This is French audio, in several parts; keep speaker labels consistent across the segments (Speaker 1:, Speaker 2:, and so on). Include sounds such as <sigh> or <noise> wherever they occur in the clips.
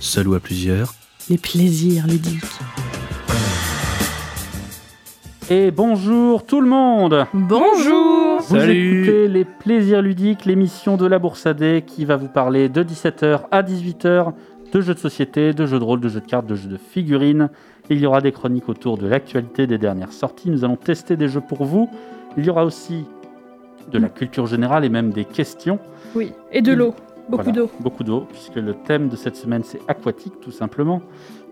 Speaker 1: seul ou à plusieurs.
Speaker 2: Les plaisirs ludiques.
Speaker 3: Et bonjour tout le monde
Speaker 2: Bonjour
Speaker 3: Vous
Speaker 1: Salut.
Speaker 3: écoutez Les Plaisirs Ludiques, l'émission de la Bourse AD qui va vous parler de 17h à 18h de jeux de société, de jeux de rôle, de jeux de cartes, de jeux de figurines. Il y aura des chroniques autour de l'actualité des dernières sorties. Nous allons tester des jeux pour vous. Il y aura aussi de la culture générale et même des questions.
Speaker 4: Oui, et de
Speaker 3: Il-
Speaker 4: l'eau, beaucoup
Speaker 3: Voilà,
Speaker 4: d'eau.
Speaker 3: Beaucoup d'eau, puisque le thème de cette semaine, c'est aquatique, tout simplement.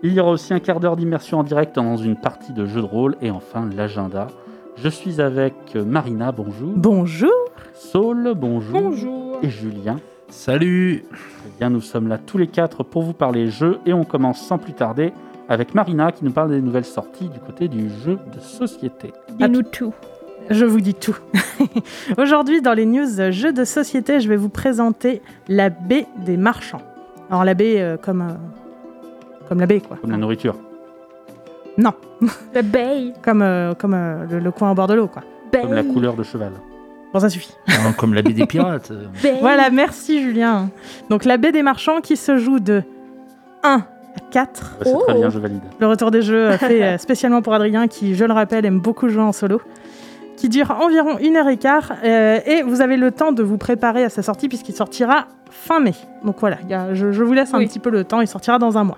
Speaker 3: Il y aura aussi un quart d'heure d'immersion en direct dans une partie de jeu de rôle. Et enfin, l'agenda. Je suis avec euh, Marina, bonjour.
Speaker 2: Bonjour
Speaker 3: Saul, bonjour.
Speaker 4: Bonjour.
Speaker 3: Et Julien.
Speaker 1: Salut
Speaker 3: Eh bien, nous sommes là tous les quatre pour vous parler jeu. Et on commence sans plus tarder avec Marina qui nous parle des nouvelles sorties du côté du jeu de société.
Speaker 4: Dis-nous tout.
Speaker 2: Je vous dis tout. <laughs> Aujourd'hui, dans les news euh, jeux de société, je vais vous présenter la baie des marchands. Alors la baie euh, comme... euh, comme la baie, quoi.
Speaker 3: Comme la nourriture.
Speaker 4: La baie.
Speaker 2: Comme, euh, comme, euh, le, le coin au bord de l'eau, quoi.
Speaker 4: Baie.
Speaker 3: Comme la couleur de cheval.
Speaker 2: Bon, ça suffit.
Speaker 1: Non, Comme la baie des pirates. euh,
Speaker 4: baie.
Speaker 2: Voilà, merci Julien. Donc la baie des marchands qui se joue de 1 à 4.
Speaker 3: Ouais, Bah, c'est très
Speaker 4: Oh.
Speaker 3: bien, je valide.
Speaker 2: Le retour des jeux euh, fait euh, spécialement pour Adrien qui, je le rappelle, aime beaucoup jouer en solo. Qui dure environ une heure et quart euh, et vous avez le temps de vous préparer à sa sortie puisqu'il sortira fin mai. Donc voilà, il y a- je, je vous laisse un
Speaker 4: Oui.
Speaker 2: petit peu le temps, il sortira dans un mois.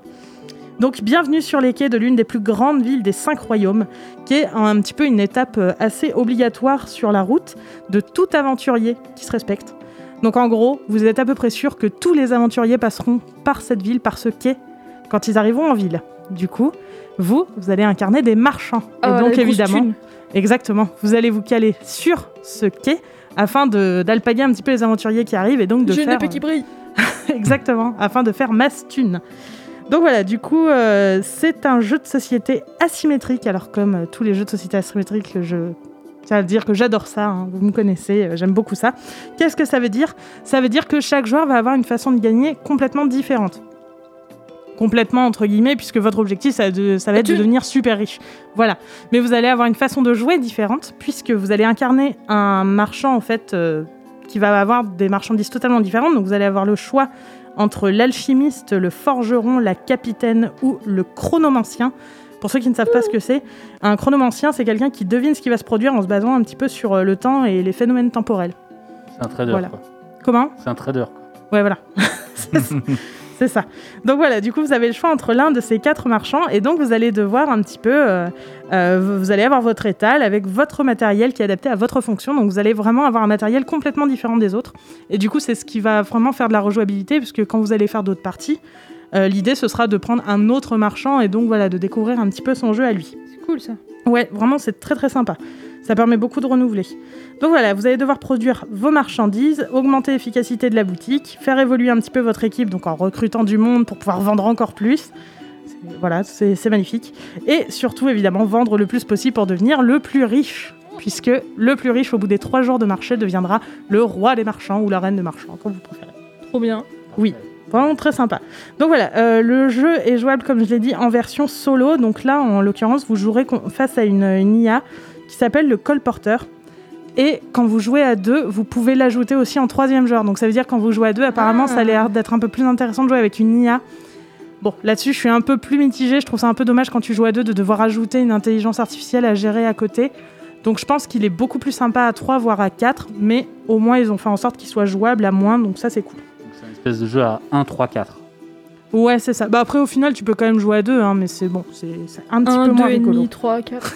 Speaker 2: Donc bienvenue sur les quais de l'une des plus grandes villes des cinq royaumes, qui est un, un petit peu une étape euh, assez obligatoire sur la route de tout aventurier qui se respecte. Donc en gros, vous êtes à peu près sûr que tous les aventuriers passeront par cette ville, par ce quai, quand ils arriveront en ville. Du coup, vous, vous allez incarner des marchands.
Speaker 4: Ah,
Speaker 2: Et
Speaker 4: la
Speaker 2: donc
Speaker 4: grosse
Speaker 2: évidemment,
Speaker 4: thune.
Speaker 2: exactement, vous allez vous caler sur ce quai afin de- d'alpaguer un petit peu les aventuriers qui arrivent et donc de
Speaker 4: Jeune
Speaker 2: faire...
Speaker 4: et petit bris.
Speaker 2: <laughs> Exactement, afin de faire masse thune. Donc voilà, du coup, euh, c'est un jeu de société asymétrique. Alors, comme euh, tous les jeux de société asymétriques, je tiens à dire que j'adore ça. hein. Vous me connaissez, euh, j'aime beaucoup ça. Qu'est-ce que ça veut dire Ça veut dire que chaque joueur va avoir une façon de gagner complètement différente. Complètement, entre guillemets, puisque votre objectif, ça, de- ça va
Speaker 4: La
Speaker 2: être de
Speaker 4: thune.
Speaker 2: devenir super riche. Voilà. Mais vous allez avoir une façon de jouer différente, puisque vous allez incarner un marchand, en fait, euh, qui va avoir des marchandises totalement différentes. Donc, vous allez avoir le choix entre l'alchimiste, le forgeron, la capitaine ou le chronomancien. Pour ceux qui ne savent pas ce que c'est, un chronomancien, c'est quelqu'un qui devine ce qui va se produire en se basant un petit peu sur euh, le temps et les phénomènes temporels.
Speaker 3: C'est un trader,
Speaker 2: Voilà.
Speaker 3: quoi.
Speaker 2: Comment
Speaker 3: C'est un trader. quoi.
Speaker 2: Ouais, voilà. <laughs> C'est ça. C'est ça. Donc voilà, du coup, vous avez le choix entre l'un de ces quatre marchands et donc vous allez devoir un petit peu. euh, euh, vous- vous allez avoir votre étal avec votre matériel qui est adapté à votre fonction. Donc vous allez vraiment avoir un matériel complètement différent des autres. Et du coup, c'est ce qui va vraiment faire de la rejouabilité puisque quand vous allez faire d'autres parties, euh, l'idée ce sera de prendre un autre marchand et donc voilà, de découvrir un petit peu son jeu à lui.
Speaker 4: C'est cool ça.
Speaker 2: Ouais, vraiment, c'est très très sympa. Ça permet beaucoup de renouveler. Donc voilà, vous allez devoir produire vos marchandises, augmenter l'efficacité de la boutique, faire évoluer un petit peu votre équipe, donc en recrutant du monde pour pouvoir vendre encore plus. C'est- Voilà, c'est c'est magnifique. Et surtout, évidemment, vendre le plus possible pour devenir le plus riche. Puisque le plus riche, au bout des trois jours de marché, deviendra le roi des marchands ou la reine des marchands, comme vous préférez.
Speaker 4: Trop bien.
Speaker 2: Oui. Vraiment très sympa. Donc voilà, euh, le jeu est jouable, comme je l'ai dit, en version solo. Donc là, en l'occurrence, vous jouerez con- face à une, une IA qui s'appelle le colporteur. Et quand vous jouez à deux, vous pouvez l'ajouter aussi en troisième joueur. Donc ça veut dire quand vous jouez à deux, apparemment,
Speaker 4: Ah.
Speaker 2: ça a l'air d'être un peu plus intéressant de jouer avec une IA. Bon, là-dessus, je suis un peu plus mitigée. Je trouve ça un peu dommage quand tu joues à deux de devoir ajouter une intelligence artificielle à gérer à côté. Donc je pense qu'il est beaucoup plus sympa à trois, voire à quatre. Mais au moins, ils ont fait en sorte qu'il soit jouable à moins. Donc ça, c'est cool.
Speaker 3: Donc, C'est une espèce de jeu à 1, 3, 4.
Speaker 2: Ouais, c'est ça. Bah après, au final, tu peux quand même jouer à deux, hein, mais c'est bon, c'est c'est un petit
Speaker 4: 1,
Speaker 2: peu moins
Speaker 4: 2, et
Speaker 2: rigolo.
Speaker 4: demi, 3, 4.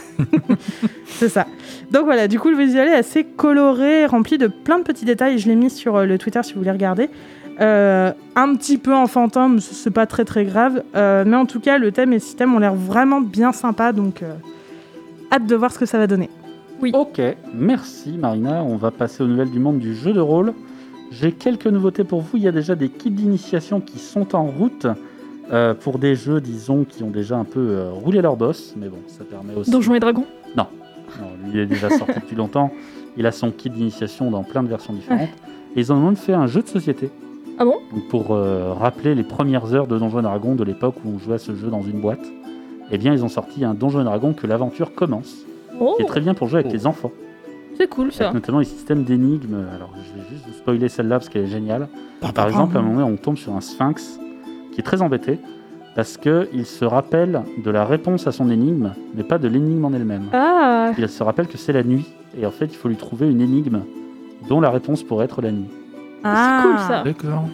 Speaker 2: C'est ça. Donc voilà, du coup, le visuel est assez coloré, rempli de plein de petits détails. Je l'ai mis sur euh, le Twitter si vous voulez regarder. Euh, un petit peu enfantin, mais c- c'est pas très très grave. Euh, mais en tout cas, le thème et le système ont l'air vraiment bien sympa, donc euh, hâte de voir ce que ça va donner.
Speaker 3: Ok, merci Marina. On va passer aux nouvelles du monde du jeu de rôle. J'ai quelques nouveautés pour vous. Il y a déjà des kits d'initiation qui sont en route euh, pour des jeux, disons, qui ont déjà un peu euh, roulé leur boss. Mais bon, ça permet aussi.
Speaker 4: <laughs> Donjons et Dragons.
Speaker 3: Non, lui, il est déjà sorti depuis longtemps. Il a son kit d'initiation dans plein de versions différentes. Et ils en ont même fait un jeu de société.
Speaker 4: Ah bon
Speaker 3: Donc, pour euh, rappeler les premières heures de Donjons et Dragons de l'époque où on jouait à ce jeu dans une boîte. Eh bien, ils ont sorti un Donjon et Dragon que l'aventure commence.
Speaker 4: Oh,
Speaker 3: Qui est très bien pour jouer avec
Speaker 1: Oh.
Speaker 3: les enfants.
Speaker 4: c'est cool ça.
Speaker 3: Avec notamment les systèmes d'énigmes. Alors, je vais juste vous spoiler celle-là parce qu'elle est géniale.
Speaker 2: Bah,
Speaker 1: Oh.
Speaker 3: Par
Speaker 2: bah,
Speaker 3: exemple, à un
Speaker 2: bah,
Speaker 3: moment, donné, on tombe sur un sphinx qui qui est très embêté parce qu'il se rappelle de la réponse à son énigme, mais pas de l'énigme en elle-même.
Speaker 4: Ah,
Speaker 3: Il se rappelle que c'est la nuit et en fait il faut lui trouver une énigme dont la réponse pourrait être la nuit.
Speaker 2: Ah,
Speaker 4: cool, ça.
Speaker 1: D'accord.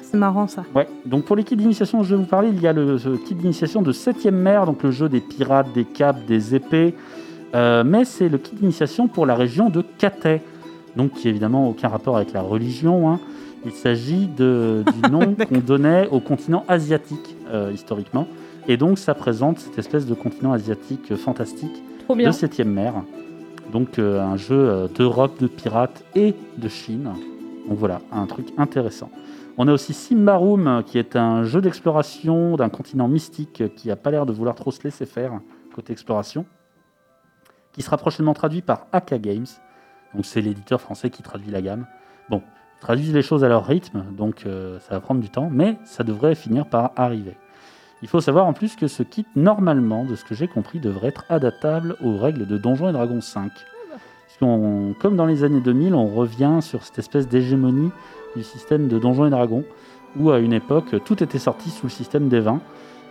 Speaker 2: C'est marrant ça.
Speaker 3: Ouais, donc pour les kits d'initiation dont je vais vous parler, il y a le, le kit d'initiation de 7ème mer, donc le jeu des pirates, des capes, des épées. Euh, mais c'est le kit d'initiation pour la région de Katay, donc qui évidemment aucun rapport avec la religion. hein. Il s'agit de- du nom qu'on donnait au continent asiatique euh, historiquement. Et donc ça présente cette espèce de continent asiatique euh, fantastique
Speaker 4: trop
Speaker 3: de
Speaker 4: bien.
Speaker 3: 7ème mer. Donc euh, un jeu euh, d'Europe, de pirates et de Chine. Donc voilà, un truc intéressant. On a aussi Simbarum, euh, qui est un jeu d'exploration d'un continent mystique euh, qui a pas l'air de vouloir trop se laisser faire côté exploration, qui sera prochainement traduit par AK Games. Donc c'est l'éditeur français qui traduit la gamme. Bon, ils traduisent les choses à leur rythme, donc euh, ça va prendre du temps, mais ça devrait finir par arriver. Il faut savoir en plus que ce kit, normalement, de ce que j'ai compris, devrait être adaptable aux règles de Donjons et Dragons 5. Parce qu'on- comme dans les années 2000, on revient sur cette espèce d'hégémonie du système de Donjons et Dragons, où à une époque, tout était sorti sous le système des vins.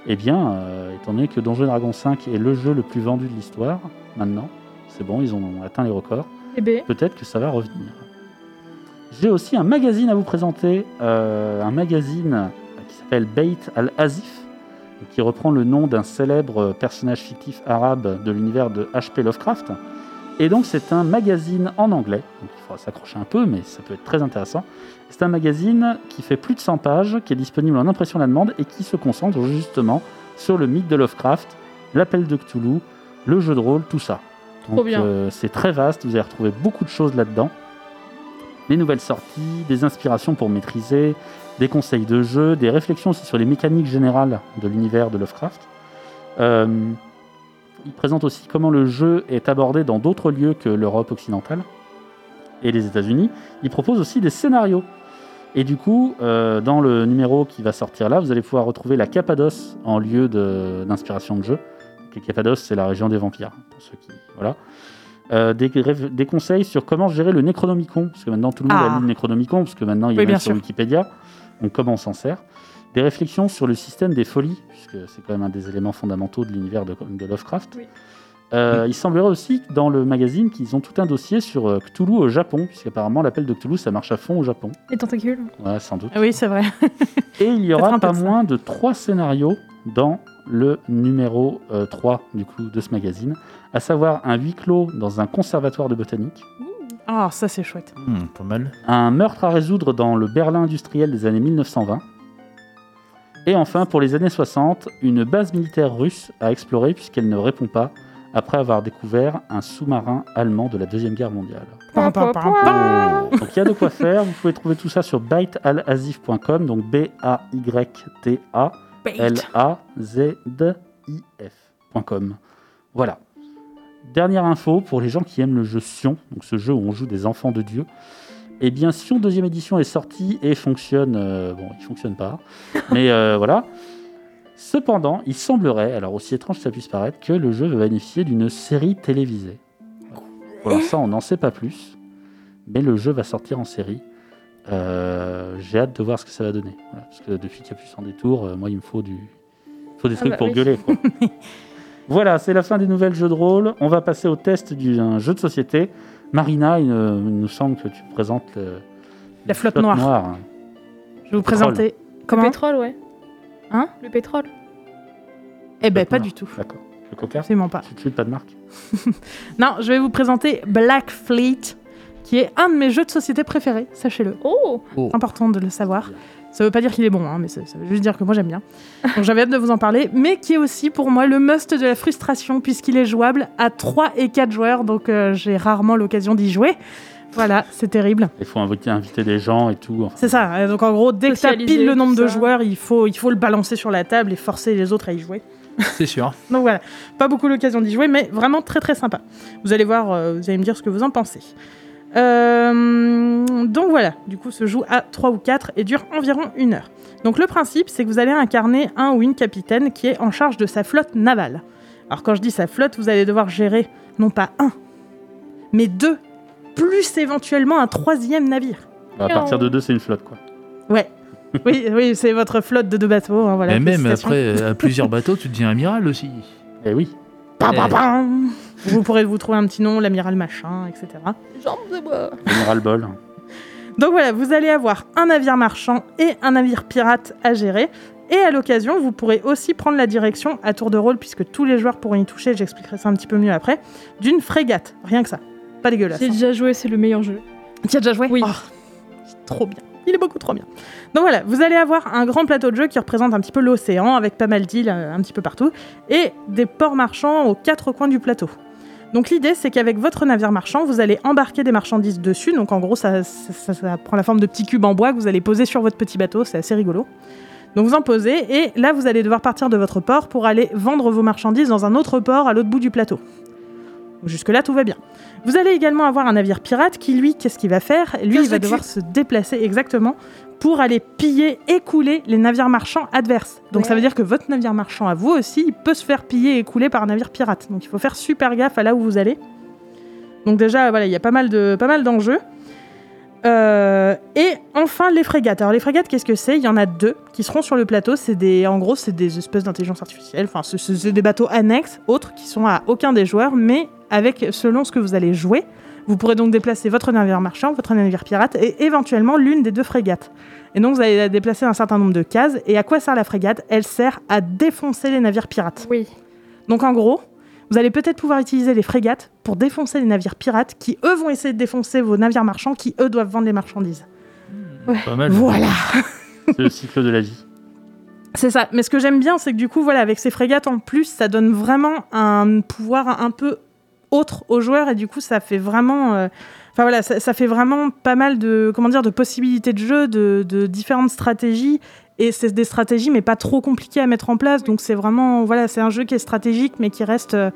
Speaker 3: Eh bien, euh, étant donné que Donjons et Dragons 5 est le jeu le plus vendu de l'histoire, maintenant, c'est bon, ils ont atteint les records
Speaker 4: Eh ben,
Speaker 3: peut-être que ça va revenir. J'ai aussi un magazine à vous présenter, euh, un magazine qui s'appelle Beit al-Azif, qui reprend le nom d'un célèbre personnage fictif arabe de l'univers de H.P. Lovecraft. Et donc c'est un magazine en anglais, donc il faudra s'accrocher un peu, mais ça peut être très intéressant. C'est un magazine qui fait plus de 100 pages, qui est disponible en impression à la demande et qui se concentre justement sur le mythe de Lovecraft, l'appel de Cthulhu, le jeu de rôle, tout ça.
Speaker 4: Trop bien.
Speaker 3: euh, c'est très vaste, vous allez retrouver beaucoup de choses là-dedans. Des nouvelles sorties, des inspirations pour maîtriser, des conseils de jeu, des réflexions aussi sur les mécaniques générales de l'univers de Lovecraft. Euh, il présente aussi comment le jeu est abordé dans d'autres lieux que l'Europe occidentale et les États-Unis. Il propose aussi des scénarios. Et du coup, euh, dans le numéro qui va sortir là, vous allez pouvoir retrouver la Cappadoce en lieu de- d'inspiration de, jeu. Donc, la Cappadoce, c'est la région des vampires, pour ceux qui. Voilà. Euh, des, rêves- des conseils sur comment gérer le Necronomicon, parce que maintenant tout le monde
Speaker 2: Ah.
Speaker 3: a lu le Necronomicon, parce que maintenant il
Speaker 2: Oui,
Speaker 3: est
Speaker 2: bien
Speaker 3: sur
Speaker 2: sûr.
Speaker 3: Wikipédia, donc comment on s'en sert. Des réflexions sur le système des folies, puisque c'est quand même un des éléments fondamentaux de l'univers de, de Lovecraft.
Speaker 4: Oui.
Speaker 3: Euh, Il semblerait aussi que dans le magazine qu'ils ont tout un dossier sur euh, Cthulhu au Japon, puisqu'apparemment l'appel de Cthulhu ça marche à fond au Japon.
Speaker 4: les tentacules.
Speaker 3: Ouais, sans doute.
Speaker 2: Oui, c'est vrai.
Speaker 3: Et il y
Speaker 2: Peut-être
Speaker 3: aura
Speaker 2: un peu
Speaker 3: pas
Speaker 2: de Ah, ça.
Speaker 3: moins de trois scénarios dans le numéro euh, 3 du coup, de ce magazine, à savoir un huis clos dans un conservatoire de botanique,
Speaker 2: Ah, ça c'est chouette.
Speaker 1: Hmm, pas mal.
Speaker 3: un meurtre à résoudre dans le Berlin industriel des années 1920, et enfin pour les années 60, une base militaire russe à explorer puisqu'elle ne répond pas après avoir découvert un sous-marin allemand de la Deuxième Guerre mondiale.
Speaker 2: Pam, pam, pam, pam.
Speaker 3: Donc il y a de quoi faire. Vous pouvez trouver tout ça sur bytealazif.com, donc B-A-Y-T-A-L-A-Z-I-F.com. Voilà. Dernière info pour les gens qui aiment le jeu Sion, donc ce jeu où on joue des enfants de Dieu. Eh bien, Sion deuxième édition est sortie et fonctionne. euh, bon, il fonctionne pas, mais euh, voilà. Cependant, il semblerait, alors aussi étrange que ça puisse paraître, que le jeu va bénéficier d'une série télévisée. Pour l'instant, on n'en sait pas plus mais le jeu va sortir en série. Euh, J'ai hâte de voir ce que ça va donner. Voilà, parce que depuis qu'il y a plus en détour, euh, moi, il me faut, du... il faut des
Speaker 4: Ah
Speaker 3: trucs
Speaker 4: bah
Speaker 3: pour
Speaker 4: oui.
Speaker 3: gueuler.
Speaker 2: <laughs>
Speaker 3: quoi. voilà, c'est la fin des nouvelles jeux de rôle. On va passer au test d'un jeu de société. Marina, il, euh, il nous semble que tu présentes le-
Speaker 2: La flotte noire. Je vais vous
Speaker 3: Pétrole.
Speaker 2: présenter.
Speaker 4: Le
Speaker 2: Comment
Speaker 4: pétrole, ouais.
Speaker 2: Hein
Speaker 4: Le pétrole.
Speaker 2: Eh ben,
Speaker 3: Flotte
Speaker 2: pas
Speaker 3: noire.
Speaker 2: du tout.
Speaker 3: D'accord. Le coca
Speaker 2: Absolument pas.
Speaker 3: Tu te fous de pas de marque
Speaker 2: Non, je vais vous présenter Black Fleet, qui est un de mes jeux de société préférés, sachez-le.
Speaker 4: Oh
Speaker 2: Important de le savoir. Ça veut pas dire qu'il est bon, hein, mais ça, ça veut juste dire que moi j'aime bien. Donc j'avais hâte de vous en parler, mais qui est aussi pour moi le must de la frustration, puisqu'il est jouable à 3 et 4 joueurs, donc euh, j'ai rarement l'occasion d'y jouer. Voilà, c'est terrible.
Speaker 3: Il faut inviter, inviter des gens et tout. enfin.
Speaker 2: C'est ça, euh, donc en gros, dès que ça
Speaker 4: Socialiser,
Speaker 2: pile le
Speaker 4: tout
Speaker 2: nombre de
Speaker 4: ça.
Speaker 2: joueurs, il faut, il faut le balancer sur la table et forcer les autres à y jouer.
Speaker 1: C'est sûr.
Speaker 2: Donc voilà, pas beaucoup l'occasion d'y jouer, mais vraiment très très sympa. Vous allez voir, euh, vous allez me dire ce que vous en pensez. Euh, donc voilà, du coup, se joue à 3 ou 4 et dure environ une heure. Donc le principe, c'est que vous allez incarner un ou une capitaine qui est en charge de sa flotte navale. Alors quand je dis sa flotte, vous allez devoir gérer non pas un, mais deux, plus éventuellement un troisième navire.
Speaker 3: À partir de deux, c'est une flotte. quoi.
Speaker 1: <laughs>
Speaker 2: Ouais. oui, oui, c'est votre flotte de deux bateaux. hein, voilà,
Speaker 1: Mais même
Speaker 2: félicitations.
Speaker 1: après, euh, à plusieurs bateaux, tu deviens amiral aussi.
Speaker 3: Eh oui.
Speaker 2: Pam, pam,
Speaker 1: Eh.
Speaker 2: pam. Vous pourrez vous trouver un petit nom, l'amiral machin, etc.
Speaker 4: Jambes de bois.
Speaker 3: Général Bol.
Speaker 2: Donc voilà, vous allez avoir un navire marchand et un navire pirate à gérer. Et à l'occasion, vous pourrez aussi prendre la direction à tour de rôle, puisque tous les joueurs pourront y toucher, j'expliquerai ça un petit peu mieux après, d'une frégate. Rien que ça. Pas dégueulasse. hein.
Speaker 4: J'ai déjà joué, c'est le meilleur jeu.
Speaker 2: Tu as déjà joué Oh,
Speaker 4: Oui.
Speaker 2: c'est trop bien. Il est beaucoup trop bien. Donc voilà, vous allez avoir un grand plateau de jeu qui représente un petit peu l'océan, avec pas mal d'îles euh, un petit peu partout, et des ports marchands aux quatre coins du plateau. Donc l'idée, c'est qu'avec votre navire marchand, vous allez embarquer des marchandises dessus. Donc en gros, ça, ça- ça- ça prend la forme de petits cubes en bois que vous allez poser sur votre petit bateau. C'est assez rigolo. Donc vous en posez, et là, vous allez devoir partir de votre port pour aller vendre vos marchandises dans un autre port à l'autre bout du plateau. Jusque-là, tout va bien. Vous allez également avoir un navire pirate qui, lui, qu'est-ce qu'il va faire Lui,
Speaker 4: Casse
Speaker 2: il va
Speaker 4: le cul.
Speaker 2: devoir se déplacer exactement pour aller piller et couler les navires marchands adverses. Donc
Speaker 4: Ouais.
Speaker 2: ça veut dire que votre navire marchand à vous aussi, il peut se faire piller et couler par un navire pirate. Donc il faut faire super gaffe à là où vous allez. Donc déjà, voilà, il y a pas mal de pas mal d'enjeux. Euh, et enfin les frégates. Alors les frégates, qu'est-ce que c'est Il y en a deux qui seront sur le plateau. C'est des, en gros, c'est des espèces d'intelligence artificielle. Enfin, c'est- c'est c'est des bateaux annexes, autres qui sont à aucun des joueurs, mais avec selon ce que vous allez jouer, vous pourrez donc déplacer votre navire marchand, votre navire pirate et éventuellement l'une des deux frégates. Et donc vous allez déplacer un certain nombre de cases. Et à quoi sert la frégate Elle sert à défoncer les navires pirates.
Speaker 4: Oui.
Speaker 2: Donc en gros, vous allez peut-être pouvoir utiliser les frégates pour défoncer les navires pirates qui, eux, vont essayer de défoncer vos navires marchands qui, eux, doivent vendre les marchandises.
Speaker 1: Pas mal.
Speaker 2: Voilà
Speaker 3: C'est le cycle de la vie.
Speaker 2: C'est ça. Mais ce que j'aime bien, c'est que du coup, voilà, avec ces frégates en plus, ça donne vraiment un pouvoir un peu autre aux joueurs et du coup, ça fait vraiment. euh, Enfin voilà, ça, ça fait vraiment pas mal de comment dire de possibilités de jeu, de, de différentes stratégies. Et c'est des stratégies, mais pas trop compliquées à mettre en place. Donc c'est vraiment voilà, c'est un jeu qui est stratégique, mais qui reste euh,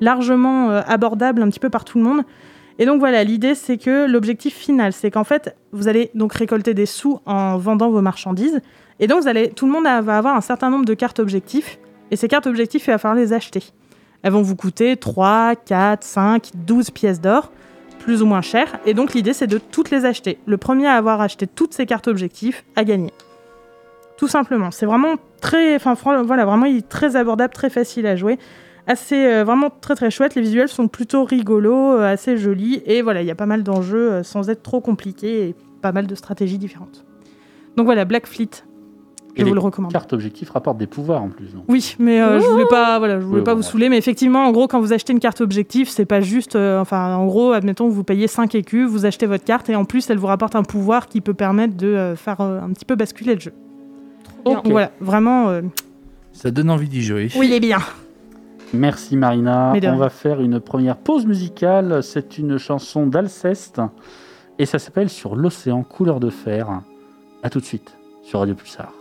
Speaker 2: largement euh, abordable un petit peu par tout le monde. Et donc voilà, l'idée c'est que l'objectif final, c'est qu'en fait, vous allez donc récolter des sous en vendant vos marchandises. Et donc, vous allez, tout le monde a- va avoir un certain nombre de cartes objectifs. Et ces cartes objectifs, il va falloir les acheter. Elles vont vous coûter 3, 4, 5, 12 pièces d'or, plus ou moins chères. Et donc, l'idée, c'est de toutes les acheter. Le premier à avoir acheté toutes ces cartes objectifs a gagné. Tout simplement. C'est vraiment très. Enfin, fran- voilà, vraiment, il est très abordable, très facile à jouer. Assez, euh, vraiment très très chouette. Les visuels sont plutôt rigolos, euh, assez jolis. Et voilà, il y a pas mal d'enjeux euh, sans être trop compliqués et pas mal de stratégies différentes. Donc voilà, Black Fleet, je
Speaker 3: Et
Speaker 2: vous
Speaker 3: les
Speaker 2: le recommande.
Speaker 3: cartes objectifs rapportent des pouvoirs en plus. non
Speaker 2: Oui, mais euh, je voulais pas, voilà, je voulais
Speaker 3: Oui,
Speaker 2: pas
Speaker 3: bon,
Speaker 2: vous
Speaker 3: ouais.
Speaker 2: saouler, mais effectivement, en gros, quand vous achetez une carte objectif, c'est pas juste, euh, enfin, en gros, admettons, vous payez 5 écus, vous achetez votre carte, et en plus, elle vous rapporte un pouvoir qui peut permettre de euh, faire euh, un petit peu basculer le jeu.
Speaker 4: bien.
Speaker 2: Donc, voilà, vraiment, euh,
Speaker 1: Ça donne envie d'y jouer.
Speaker 2: oui, il est bien.
Speaker 3: Merci Marina.
Speaker 2: Mais de
Speaker 3: On
Speaker 2: rien.
Speaker 3: va faire une première pause musicale. C'est une chanson d'Alceste et ça s'appelle Sur l'océan couleur de fer. À tout de suite sur Radio Pulsar.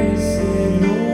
Speaker 5: Une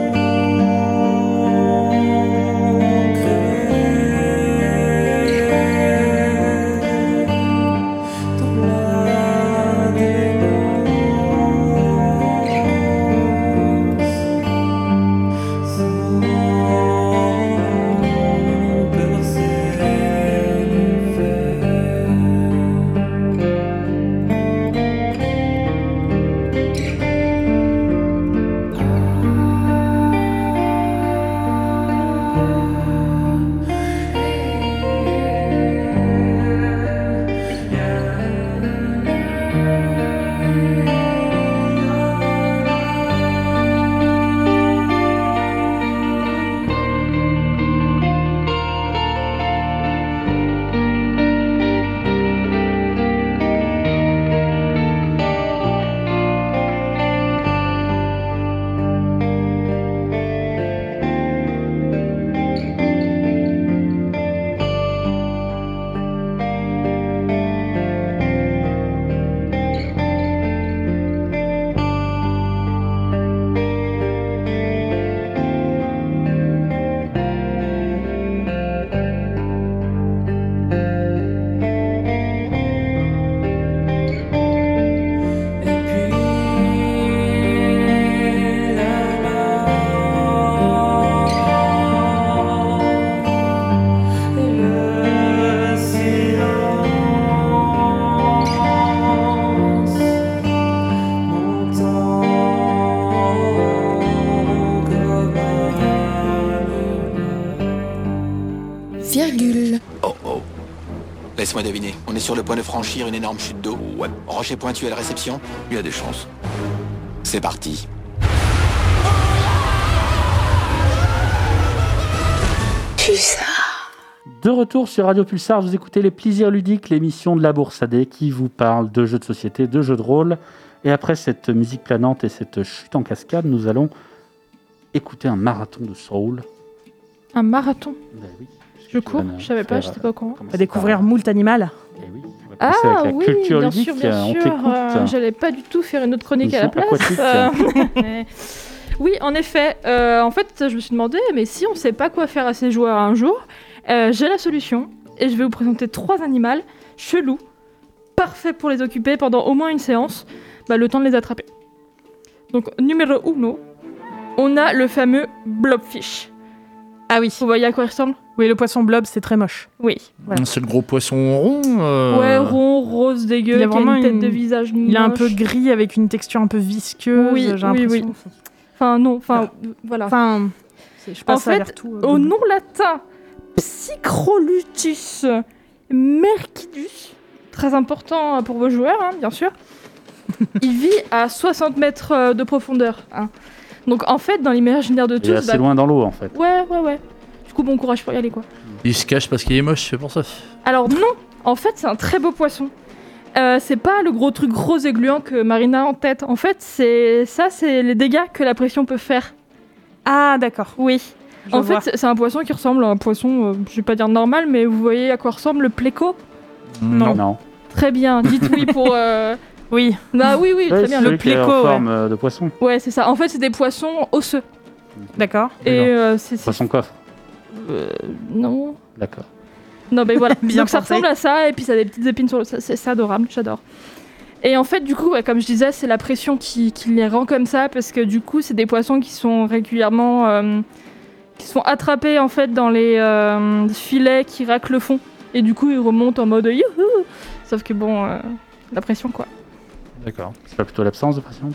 Speaker 5: Oh, Laisse-moi deviner, on est sur le point de franchir une énorme chute d'eau.
Speaker 6: Ouais,
Speaker 5: Rocher pointu à la réception
Speaker 6: il y a des chances.
Speaker 5: C'est parti.
Speaker 3: De retour sur Radio Pulsar, vous écoutez les plaisirs ludiques, l'émission de la Bourse AD qui vous parle de jeux de société, de jeux de rôle. Et après cette musique planante et cette chute en cascade, nous allons écouter un marathon de soul.
Speaker 4: Un marathon.
Speaker 3: Ben oui,
Speaker 4: Je cours Je savais pas, j'étais pas au courant.
Speaker 2: On va découvrir moult animal.
Speaker 3: Eh oui, on va
Speaker 4: Ah
Speaker 3: commencer avec la
Speaker 4: oui,
Speaker 3: culture
Speaker 4: bien
Speaker 3: ludique,
Speaker 4: sûr, bien
Speaker 3: on
Speaker 4: sûr. euh,
Speaker 3: t'écoute.
Speaker 4: J'allais pas du tout faire une autre chronique à la
Speaker 3: Mission
Speaker 4: place. Euh, <laughs> mais- oui, en effet. euh, en fait, je me suis demandé, mais si on sait pas quoi faire à ces joueurs un jour, euh, j'ai la solution et je vais vous présenter trois animaux chelous, parfaits pour les occuper pendant au moins une séance, bah, le temps de les attraper. Donc numéro uno, on a le fameux blobfish. Ah oui. Vous voyez à quoi il ressemble
Speaker 2: Oui, le poisson blob, c'est très moche.
Speaker 4: Oui.
Speaker 2: Voilà.
Speaker 1: C'est le gros poisson rond. euh,
Speaker 4: Ouais, rond, rose, dégueu,
Speaker 2: il a
Speaker 4: qui
Speaker 2: vraiment
Speaker 4: une tête
Speaker 2: une-
Speaker 4: de visage
Speaker 2: Il est un peu
Speaker 4: moche.
Speaker 2: gris avec une texture un peu visqueuse.
Speaker 4: Oui,
Speaker 2: j'ai
Speaker 4: oui,
Speaker 2: l'impression.
Speaker 4: Enfin, non, enfin, voilà.
Speaker 2: Enfin, je sais pas,
Speaker 4: En
Speaker 2: ça a
Speaker 4: fait,
Speaker 2: l'air tout, euh,
Speaker 4: Au
Speaker 2: bleu.
Speaker 4: nom latin, Psychrolutus mercidus, très important pour vos joueurs, hein, bien sûr. Il vit à 60 mètres euh, de profondeur. hein. Donc, en fait, dans l'imaginaire de
Speaker 3: Il est
Speaker 4: tous,
Speaker 3: assez
Speaker 4: bah,
Speaker 3: loin dans l'eau en fait.
Speaker 4: ouais, ouais, ouais. Du coup, bon courage pour y aller, quoi.
Speaker 1: Il se cache parce qu'il est moche, c'est pour ça.
Speaker 4: Alors non, en fait c'est un très beau poisson. Euh, c'est pas le gros truc gros et gluant que Marina a en tête. En fait, c'est ça, c'est les dégâts que la pression peut faire.
Speaker 2: Ah, d'accord.
Speaker 4: Oui.
Speaker 2: je
Speaker 4: en
Speaker 2: vois.
Speaker 4: fait, c'est- c'est un poisson qui ressemble à un poisson, euh, je vais pas dire normal, mais vous voyez à quoi ressemble le pléco
Speaker 2: Non.
Speaker 3: Non.
Speaker 4: Très bien, dites oui pour.
Speaker 2: <laughs>
Speaker 4: euh,
Speaker 2: oui.
Speaker 4: Bah oui, oui, très
Speaker 3: Ouais,
Speaker 4: bien.
Speaker 3: celui
Speaker 4: Le...
Speaker 3: qui est en
Speaker 2: pléco, ouais.
Speaker 3: forme euh, de poisson.
Speaker 4: Ouais, c'est ça. En fait, c'est des poissons osseux.
Speaker 2: D'accord.
Speaker 4: Et
Speaker 3: D'accord.
Speaker 4: euh, c'est. c'est-
Speaker 3: Poisson coffre.
Speaker 4: euh, non.
Speaker 3: D'accord.
Speaker 4: Non, mais voilà.
Speaker 2: <laughs> Bien
Speaker 4: Donc ça
Speaker 2: pensé.
Speaker 4: ressemble à ça, et puis ça a des petites épines sur le. ça- C'est c'est adorable, j'adore. Et en fait, du coup, ouais, comme je disais, c'est la pression qui, qui les rend comme ça, parce que du coup, c'est des poissons qui sont régulièrement. euh, qui sont attrapés en fait dans les euh, filets qui raclent le fond. Et du coup, ils remontent en mode youhou Sauf que bon, euh, la pression quoi.
Speaker 1: D'accord.
Speaker 3: C'est pas plutôt l'absence de poisson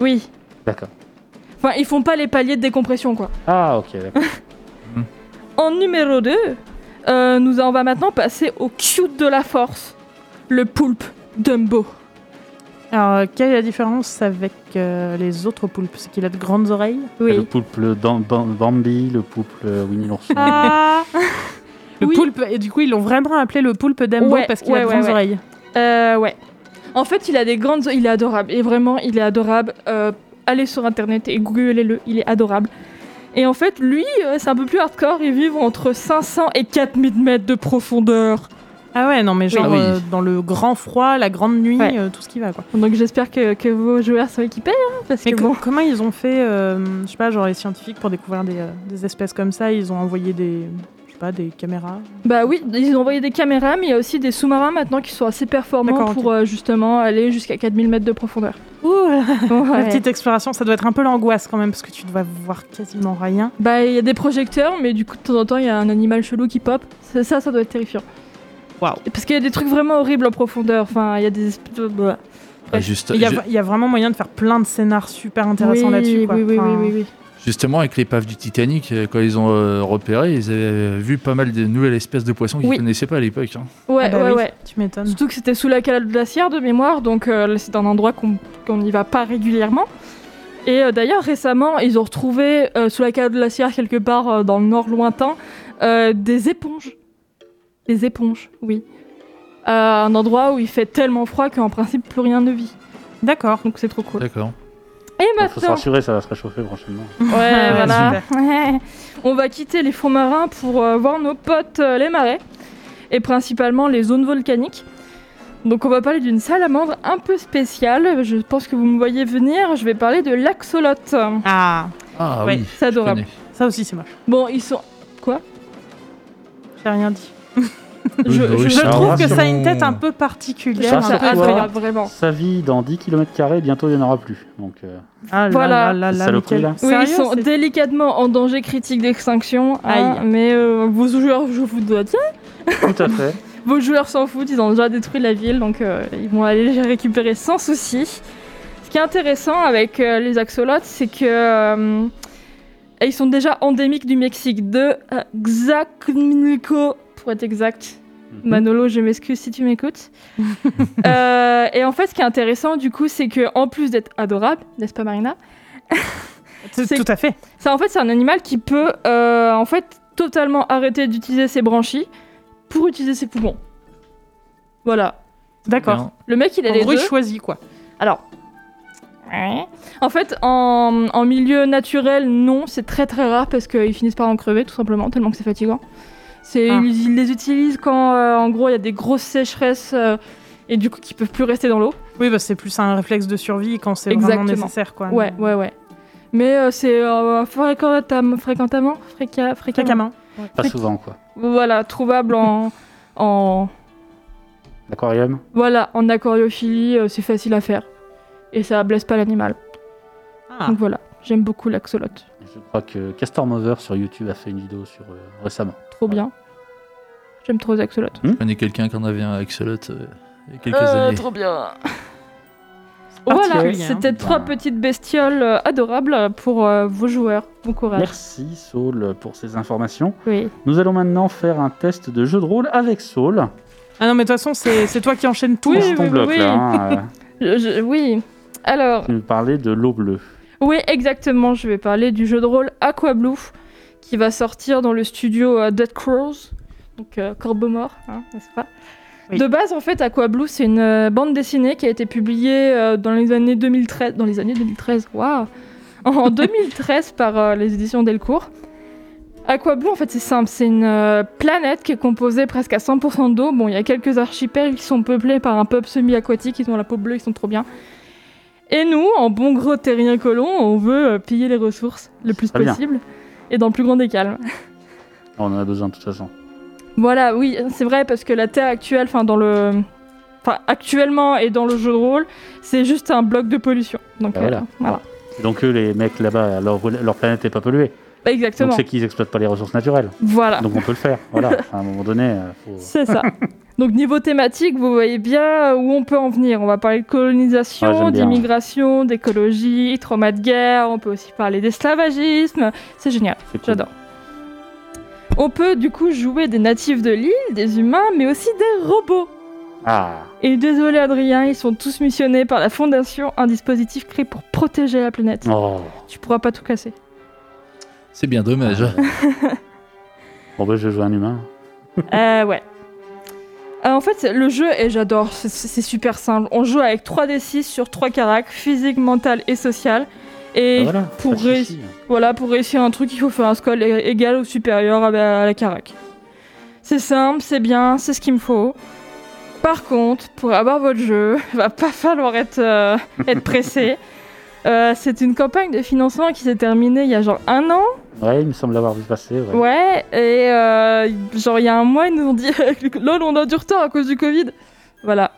Speaker 4: Oui.
Speaker 3: D'accord.
Speaker 4: Enfin, ils font pas les paliers de décompression quoi.
Speaker 3: Ah ok, d'accord.
Speaker 4: En numéro 2, nous en va maintenant passer au cute de la force, le poulpe Dumbo.
Speaker 2: Alors, euh, quelle est la différence avec euh, les autres poulpes C'est qu'il a de grandes oreilles
Speaker 3: Le poulpe le Dam- Bam- Bambi, le poulpe le Winnie l'ourson.
Speaker 2: Ah <laughs> Le
Speaker 4: Oui.
Speaker 2: poulpe, et du coup, ils l'ont vraiment appelé le poulpe d'Ambo
Speaker 4: Ouais,
Speaker 2: parce qu'il a
Speaker 4: ouais,
Speaker 2: de
Speaker 4: ouais,
Speaker 2: grandes
Speaker 4: ouais.
Speaker 2: oreilles.
Speaker 4: Euh, ouais. En fait, il a des grandes. Il est adorable. Et vraiment, il est adorable. Euh, allez sur internet et googlez-le. Il est adorable. Et en fait, lui, euh, c'est un peu plus hardcore. Ils vivent entre 500 et 4000 mètres de profondeur.
Speaker 2: Ah ouais, non, mais genre
Speaker 1: Ah oui.
Speaker 2: euh, dans le grand froid, la grande nuit,
Speaker 4: Ouais.
Speaker 2: euh, tout ce qui va, quoi.
Speaker 4: Donc j'espère que, que vos joueurs sont équipés. hein, parce
Speaker 2: Mais
Speaker 4: que
Speaker 2: co-
Speaker 4: bon.
Speaker 2: comment ils ont fait, euh, je sais pas, genre les scientifiques pour découvrir des, euh, des espèces comme ça, ils ont envoyé des, je sais pas, des caméras.
Speaker 4: Bah oui, ils ont envoyé des caméras, mais il y a aussi des sous-marins maintenant qui sont assez performants
Speaker 2: D'accord,
Speaker 4: pour euh, justement aller jusqu'à 4000 mètres de profondeur.
Speaker 2: <laughs> Ouh, la
Speaker 4: Ouais.
Speaker 2: petite exploration, ça doit être un peu l'angoisse quand même parce que tu dois voir quasiment rien.
Speaker 4: Bah, il y a des projecteurs, mais du coup, de temps en temps, il y a un animal chelou qui pop. C'est ça, ça doit être terrifiant.
Speaker 2: Waouh.
Speaker 4: Parce qu'il y a des trucs vraiment horribles en profondeur. Enfin, il y a des espèces de- bah.
Speaker 1: Ah, juste-
Speaker 2: Il y, a-
Speaker 1: ju-
Speaker 2: il y a vraiment moyen de faire plein de scénars super intéressants
Speaker 4: Oui,
Speaker 2: là-dessus. quoi.
Speaker 4: Oui, oui,
Speaker 2: Enfin,
Speaker 4: oui, oui, oui.
Speaker 1: justement, avec l'épave du Titanic, euh, quand ils ont euh, repéré, ils avaient vu pas mal de nouvelles espèces de poissons qu'ils
Speaker 4: Oui.
Speaker 1: connaissaient pas à l'époque. hein.
Speaker 4: Ouais,
Speaker 2: Ah bah
Speaker 4: ouais,
Speaker 2: oui,
Speaker 4: ouais.
Speaker 2: Tu m'étonnes.
Speaker 4: Surtout que c'était sous la cale glaciaire de mémoire, donc euh, là, c'est un endroit qu'on qu'on n'y va pas régulièrement. Et euh, d'ailleurs, récemment, ils ont retrouvé euh, sous la cale glaciaire, quelque part euh, dans le nord lointain, euh, des éponges. Des éponges, oui. Euh, un endroit où il fait tellement froid qu'en principe, plus rien ne vit.
Speaker 2: D'accord.
Speaker 4: Donc c'est trop cool.
Speaker 1: D'accord.
Speaker 4: Et
Speaker 3: Il faut se
Speaker 4: maintenant,
Speaker 3: rassurer, ça va se réchauffer prochainement.
Speaker 4: ouais, voilà.
Speaker 2: super.
Speaker 4: on va quitter les fonds marins pour euh, voir nos potes euh, les marais et principalement les zones volcaniques. Donc on va parler d'une salamandre un peu spéciale. Je pense que vous me voyez venir. Je vais parler de l'axolote.
Speaker 2: Ah,
Speaker 1: Ah
Speaker 2: Ouais,
Speaker 1: oui.
Speaker 4: C'est adorable.
Speaker 1: connais.
Speaker 2: ça aussi c'est moche.
Speaker 4: Bon, ils sont.
Speaker 2: J'ai rien dit.
Speaker 1: Oui,
Speaker 4: Je,
Speaker 1: bah oui,
Speaker 4: je-
Speaker 1: c'est
Speaker 2: Je
Speaker 1: Ah,
Speaker 2: trouve que
Speaker 1: rassurant.
Speaker 2: ça a une tête un peu particulière.
Speaker 4: trouve
Speaker 3: Ça,
Speaker 4: ça
Speaker 2: un peu
Speaker 3: adorable.
Speaker 4: incroyable,
Speaker 2: effrayante.
Speaker 4: vraiment.
Speaker 3: Sa vie dans 10 km, bientôt il n'y en aura plus. Donc, euh,
Speaker 2: Ah là
Speaker 4: Voilà.
Speaker 2: là là là,
Speaker 3: Saloperie,
Speaker 2: Mickaël.
Speaker 3: là.
Speaker 4: Oui,
Speaker 2: Sérieux,
Speaker 4: ils sont
Speaker 2: c'est-
Speaker 4: délicatement en danger critique d'extinction. hein,
Speaker 2: Aïe.
Speaker 4: mais euh, vos joueurs, je vous dois dire,
Speaker 3: tout à
Speaker 4: <laughs>
Speaker 3: fait.
Speaker 4: vos joueurs s'en foutent. Ils ont déjà détruit la ville, donc euh, ils vont aller les récupérer sans souci. Ce qui est intéressant avec euh, les axolotes, c'est que euh, ils sont déjà endémiques du Mexique, de euh, Xacnilco, pour être exact.
Speaker 3: Mmh.
Speaker 4: Manolo, je m'excuse si tu m'écoutes. Euh, et en fait, ce qui est intéressant, du coup, c'est que en plus d'être adorable, n'est-ce pas, Marina
Speaker 2: C'est-
Speaker 4: C'est-
Speaker 2: Tout à fait.
Speaker 4: ça, en fait, c'est un animal qui peut, euh, en fait, totalement arrêter d'utiliser ses branchies pour utiliser ses poumons. Voilà.
Speaker 2: D'accord.
Speaker 4: Le mec, il a
Speaker 2: En
Speaker 4: les
Speaker 2: gros, il
Speaker 4: deux.
Speaker 2: choisit quoi.
Speaker 4: Alors. ouais. En fait, en, en milieu naturel, non, c'est très très rare parce qu'ils finissent par en crever tout simplement, tellement que c'est fatigant. C'est,
Speaker 2: Ah.
Speaker 4: ils, ils les utilisent quand, euh, en gros, il y a des grosses sécheresses euh, et du coup, qu'ils peuvent plus rester dans l'eau.
Speaker 2: Oui, bah, c'est plus un réflexe de survie quand c'est vraiment
Speaker 4: Exactement.
Speaker 2: nécessaire. Quoi.
Speaker 4: Ouais, ouais, ouais. Mais euh, c'est euh, fréquentam- fréquentamment, fréca- fréquemment.
Speaker 2: Fréquemment.
Speaker 3: Pas souvent, quoi.
Speaker 4: Voilà, trouvable en, en,
Speaker 3: L'aquarium
Speaker 4: voilà, en aquariophilie, euh, c'est facile à faire. Et ça blesse pas l'animal.
Speaker 2: Ah.
Speaker 4: Donc voilà, j'aime beaucoup l'axolote.
Speaker 3: Je crois que Castor Mover sur YouTube a fait une vidéo sur euh, récemment.
Speaker 4: Trop bien. J'aime trop les axolotes.
Speaker 1: Je connais quelqu'un qui en avait un Axolot euh, il y a quelques années.
Speaker 4: trop bien.
Speaker 2: Particulier,
Speaker 4: <laughs> Voilà,
Speaker 2: hein.
Speaker 4: c'était trois
Speaker 3: Ben.
Speaker 4: petites bestioles euh, adorables pour euh, vos joueurs. Bon courage.
Speaker 3: Merci Saul pour ces informations.
Speaker 4: Oui.
Speaker 3: Nous allons maintenant faire un test de jeu de rôle avec Saul.
Speaker 2: Ah non, mais de toute façon, c'est c'est toi qui enchaîne tout.
Speaker 4: Oui,
Speaker 3: On
Speaker 2: hein.
Speaker 3: se tombe
Speaker 4: oui.
Speaker 3: là. hein, euh,
Speaker 4: Je- je- oui. Alors,
Speaker 3: tu me parlais de l'eau bleue.
Speaker 4: oui, exactement, je vais parler du jeu de rôle Aqua Blue qui va sortir dans le studio euh, Dead Crows, donc euh, Corbeau Mort, hein, n'est-ce pas
Speaker 2: Oui.
Speaker 4: De base, en fait, Aqua Blue, c'est une euh, bande dessinée qui a été publiée euh, dans les années 2013. Dans les années 2013, waouh En <laughs> 2013 par euh, les éditions Delcourt. Aqua Blue, en fait, c'est simple. C'est une euh, planète qui est composée presque à 100% d'eau. Bon, il y a quelques archipels qui sont peuplés par un peuple semi-aquatique. Ils ont la peau bleue, ils sont trop bien. Et nous, en bon gros terrien colon, on veut euh, piller les ressources le plus
Speaker 3: Très bien.
Speaker 4: possible et dans le plus grand des calmes.
Speaker 3: On en a besoin de toute façon.
Speaker 4: Voilà, oui, c'est vrai parce que la Terre actuelle, enfin dans le, enfin actuellement et dans le jeu de rôle, c'est juste un bloc de pollution. Donc
Speaker 3: Bah
Speaker 4: euh,
Speaker 3: voilà.
Speaker 4: voilà.
Speaker 3: Donc eux, les mecs là-bas, leur, leur planète n'est pas polluée.
Speaker 4: Bah,
Speaker 3: Donc
Speaker 4: exactement.
Speaker 3: c'est qu'ils exploitent pas les ressources naturelles.
Speaker 4: Voilà,
Speaker 3: Donc on peut le faire.
Speaker 4: <laughs>
Speaker 3: Voilà. À un moment donné, euh, faut...
Speaker 4: c'est
Speaker 3: <laughs>
Speaker 4: ça. Donc niveau thématique, vous voyez bien euh, où on peut en venir. On va parler de
Speaker 3: Ah,
Speaker 4: colonisation,
Speaker 3: j'aime bien.
Speaker 4: d'immigration, d'écologie, trauma de guerre. On peut aussi parler d'esclavagisme. C'est génial.
Speaker 3: c'est cool.
Speaker 4: J'adore. On peut du coup jouer des natifs de l'île, des humains, mais aussi des robots.
Speaker 3: Ah,
Speaker 4: Et désolé Adrien, ils sont tous missionnés par la Fondation, un dispositif créé pour protéger la planète.
Speaker 3: oh.
Speaker 4: Tu pourras pas tout casser. <laughs>
Speaker 1: C'est bien dommage.
Speaker 3: <laughs> Ah. Bon, bah, je joue un humain.
Speaker 4: euh, ouais. Euh, en fait, c'est- le jeu, et j'adore, c'est- c'est c'est super simple. On joue avec 3d6 sur 3 caracs, physique, mental et social. Et
Speaker 3: Bah, voilà.
Speaker 4: pour
Speaker 3: Pas de
Speaker 4: ré-
Speaker 3: souci.
Speaker 4: Voilà, pour réussir un truc, il faut faire un score é- égal ou supérieur à la, à la carac. C'est simple, c'est bien, c'est ce qu'il me faut. Par contre, pour avoir votre jeu, <laughs> il va pas falloir être, euh, être pressé. Euh, c'est une campagne de financement qui s'est terminée il y a genre un an.
Speaker 3: Ouais, il me semble l'avoir vu passer. ouais.
Speaker 4: Ouais, et euh, genre il y a un mois, ils nous ont dit <laughs> Lol, on a du retard à cause du Covid. Voilà,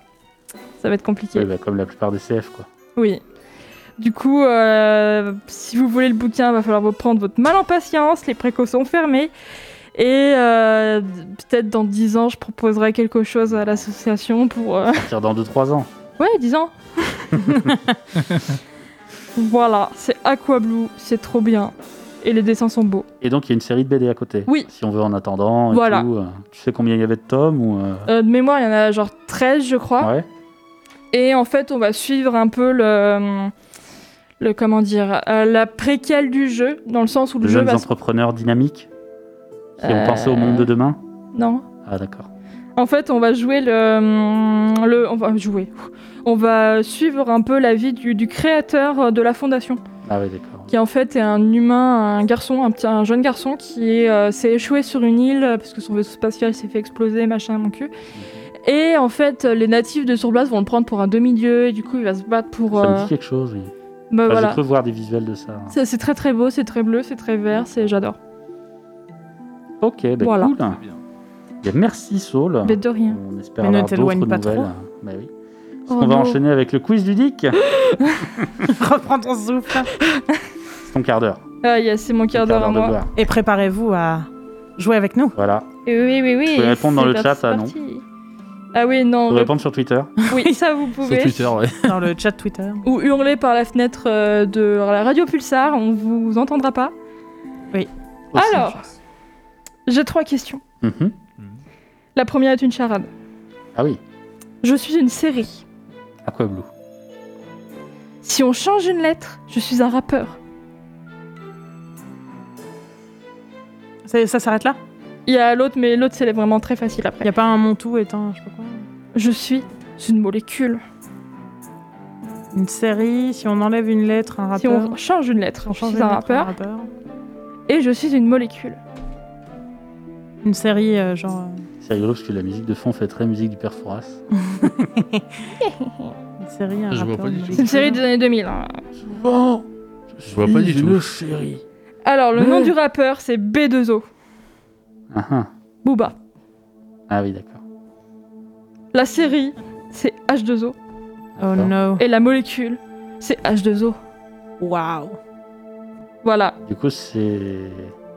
Speaker 4: ça va être compliqué.
Speaker 3: Ouais, bah, comme la plupart des CF, quoi.
Speaker 4: Oui. Du coup, euh, si vous voulez le bouquin, va falloir vous prendre votre mal en patience. Les précaux sont fermés. Et euh, peut-être dans 10 ans, je proposerai quelque chose à l'association pour. euh, <laughs>
Speaker 3: Ça tire dans 2-3 ans.
Speaker 4: Ouais, 10 ans <laughs> Voilà, c'est Aqua Blue, c'est trop bien. Et les dessins sont beaux.
Speaker 3: Et donc, il y a une série de BD à côté.
Speaker 4: Oui.
Speaker 3: Si on veut en attendant. et
Speaker 4: Voilà.
Speaker 3: tout, euh, tu sais combien il y avait de tomes ou euh,
Speaker 4: Euh, de mémoire, il y en a genre 13, je crois.
Speaker 3: Ouais.
Speaker 4: Et en fait, on va suivre un peu le. le comment dire euh, La préquelle du jeu, dans le sens où le
Speaker 3: De
Speaker 4: jeu
Speaker 3: jeunes
Speaker 4: va se.
Speaker 3: entrepreneurs dynamiques qui ont
Speaker 4: Euh,
Speaker 3: pensé au monde de demain.
Speaker 4: Non
Speaker 3: Ah, d'accord.
Speaker 4: En fait, on va jouer le, le- on va jouer. On va suivre un peu la vie du, du créateur de la fondation,
Speaker 3: Ah, oui, d'accord.
Speaker 4: qui en fait est un humain, un garçon, un petit, un jeune garçon qui est, euh, s'est échoué sur une île euh, parce que son vaisseau spatial s'est fait exploser, machin, mon
Speaker 3: Mhm.
Speaker 4: cul. Et en fait, les natifs de sur place vont le prendre pour un demi-dieu et du coup, il va se battre pour.
Speaker 3: Ça
Speaker 4: euh,
Speaker 3: me dit quelque chose. oui.
Speaker 4: bah,
Speaker 3: Enfin,
Speaker 4: voilà.
Speaker 3: J'ai cru voir des visuels de ça. hein.
Speaker 4: C'est c'est très très beau, c'est très bleu, c'est très vert, c'est j'adore.
Speaker 3: Ok, bah,
Speaker 4: Voilà. Bah,
Speaker 3: cool. Bien, merci Saul.
Speaker 4: Mais de rien.
Speaker 3: On espère
Speaker 2: Mais ne
Speaker 3: avoir
Speaker 2: t'éloigne
Speaker 3: d'autres
Speaker 2: pas trop.
Speaker 3: nouvelles. Bah oui.
Speaker 4: Oh
Speaker 3: on va
Speaker 4: non.
Speaker 3: enchaîner avec le quiz ludique.
Speaker 2: <laughs> Reprends ton souffle.
Speaker 3: C'est ton quart d'heure.
Speaker 4: Ah yes, c'est mon
Speaker 3: Ton
Speaker 4: quart d'heure à
Speaker 3: de
Speaker 4: moi.
Speaker 3: gloire.
Speaker 2: Et préparez-vous à jouer avec nous.
Speaker 3: Voilà.
Speaker 4: Et Oui oui oui.
Speaker 3: Vous pouvez répondre dans
Speaker 4: c'est
Speaker 3: le chat,
Speaker 4: parti,
Speaker 3: ah,
Speaker 4: c'est
Speaker 3: non.
Speaker 4: parti. Ah oui non.
Speaker 3: Vous répondre sur Twitter.
Speaker 4: Oui ça vous pouvez.
Speaker 1: Sur Twitter, ouais.
Speaker 2: Dans le chat Twitter.
Speaker 4: ou hurler par la fenêtre euh, de la radio Pulsar, on vous entendra pas.
Speaker 3: aussi.
Speaker 4: Alors, j'ai trois questions.
Speaker 3: Mhm.
Speaker 4: La première est une charade.
Speaker 3: Ah oui,
Speaker 4: Je suis une série.
Speaker 3: Aqua Blue.
Speaker 4: Si on change une lettre, je suis un rappeur.
Speaker 2: Ça, ça s'arrête là
Speaker 4: Il y a l'autre, mais l'autre, c'est vraiment très facile
Speaker 2: Il
Speaker 4: après.
Speaker 2: n'y a pas un Montou étant, je sais pas quoi.
Speaker 4: Je suis une molécule.
Speaker 2: Une série, si on enlève une lettre, un rappeur.
Speaker 4: Si on change une lettre,
Speaker 2: si on change
Speaker 4: je
Speaker 2: une
Speaker 4: suis un
Speaker 2: lettre,
Speaker 4: rappeur. Et je suis une molécule.
Speaker 2: Une série, euh, genre. euh,
Speaker 3: C'est rigolo parce que la musique de fond fait très musique du Perforas.
Speaker 2: Une série, un
Speaker 1: Je vois
Speaker 2: rappeur,
Speaker 1: pas du
Speaker 2: une
Speaker 1: tout.
Speaker 4: C'est une série des années 2000. hein.
Speaker 3: Souvent,
Speaker 1: Je vois pas du
Speaker 3: suis
Speaker 1: tout.
Speaker 3: une série.
Speaker 4: Alors, le nom
Speaker 3: Mais-
Speaker 4: du rappeur, c'est B2O.
Speaker 3: Ah, ah.
Speaker 4: Booba.
Speaker 3: Ah oui, d'accord.
Speaker 4: Oh La série, c'est H2O.
Speaker 2: Oh
Speaker 3: D'accord.
Speaker 2: no.
Speaker 4: Et la molécule, c'est H2O.
Speaker 2: Waouh.
Speaker 4: Voilà,
Speaker 3: Du coup, c'est.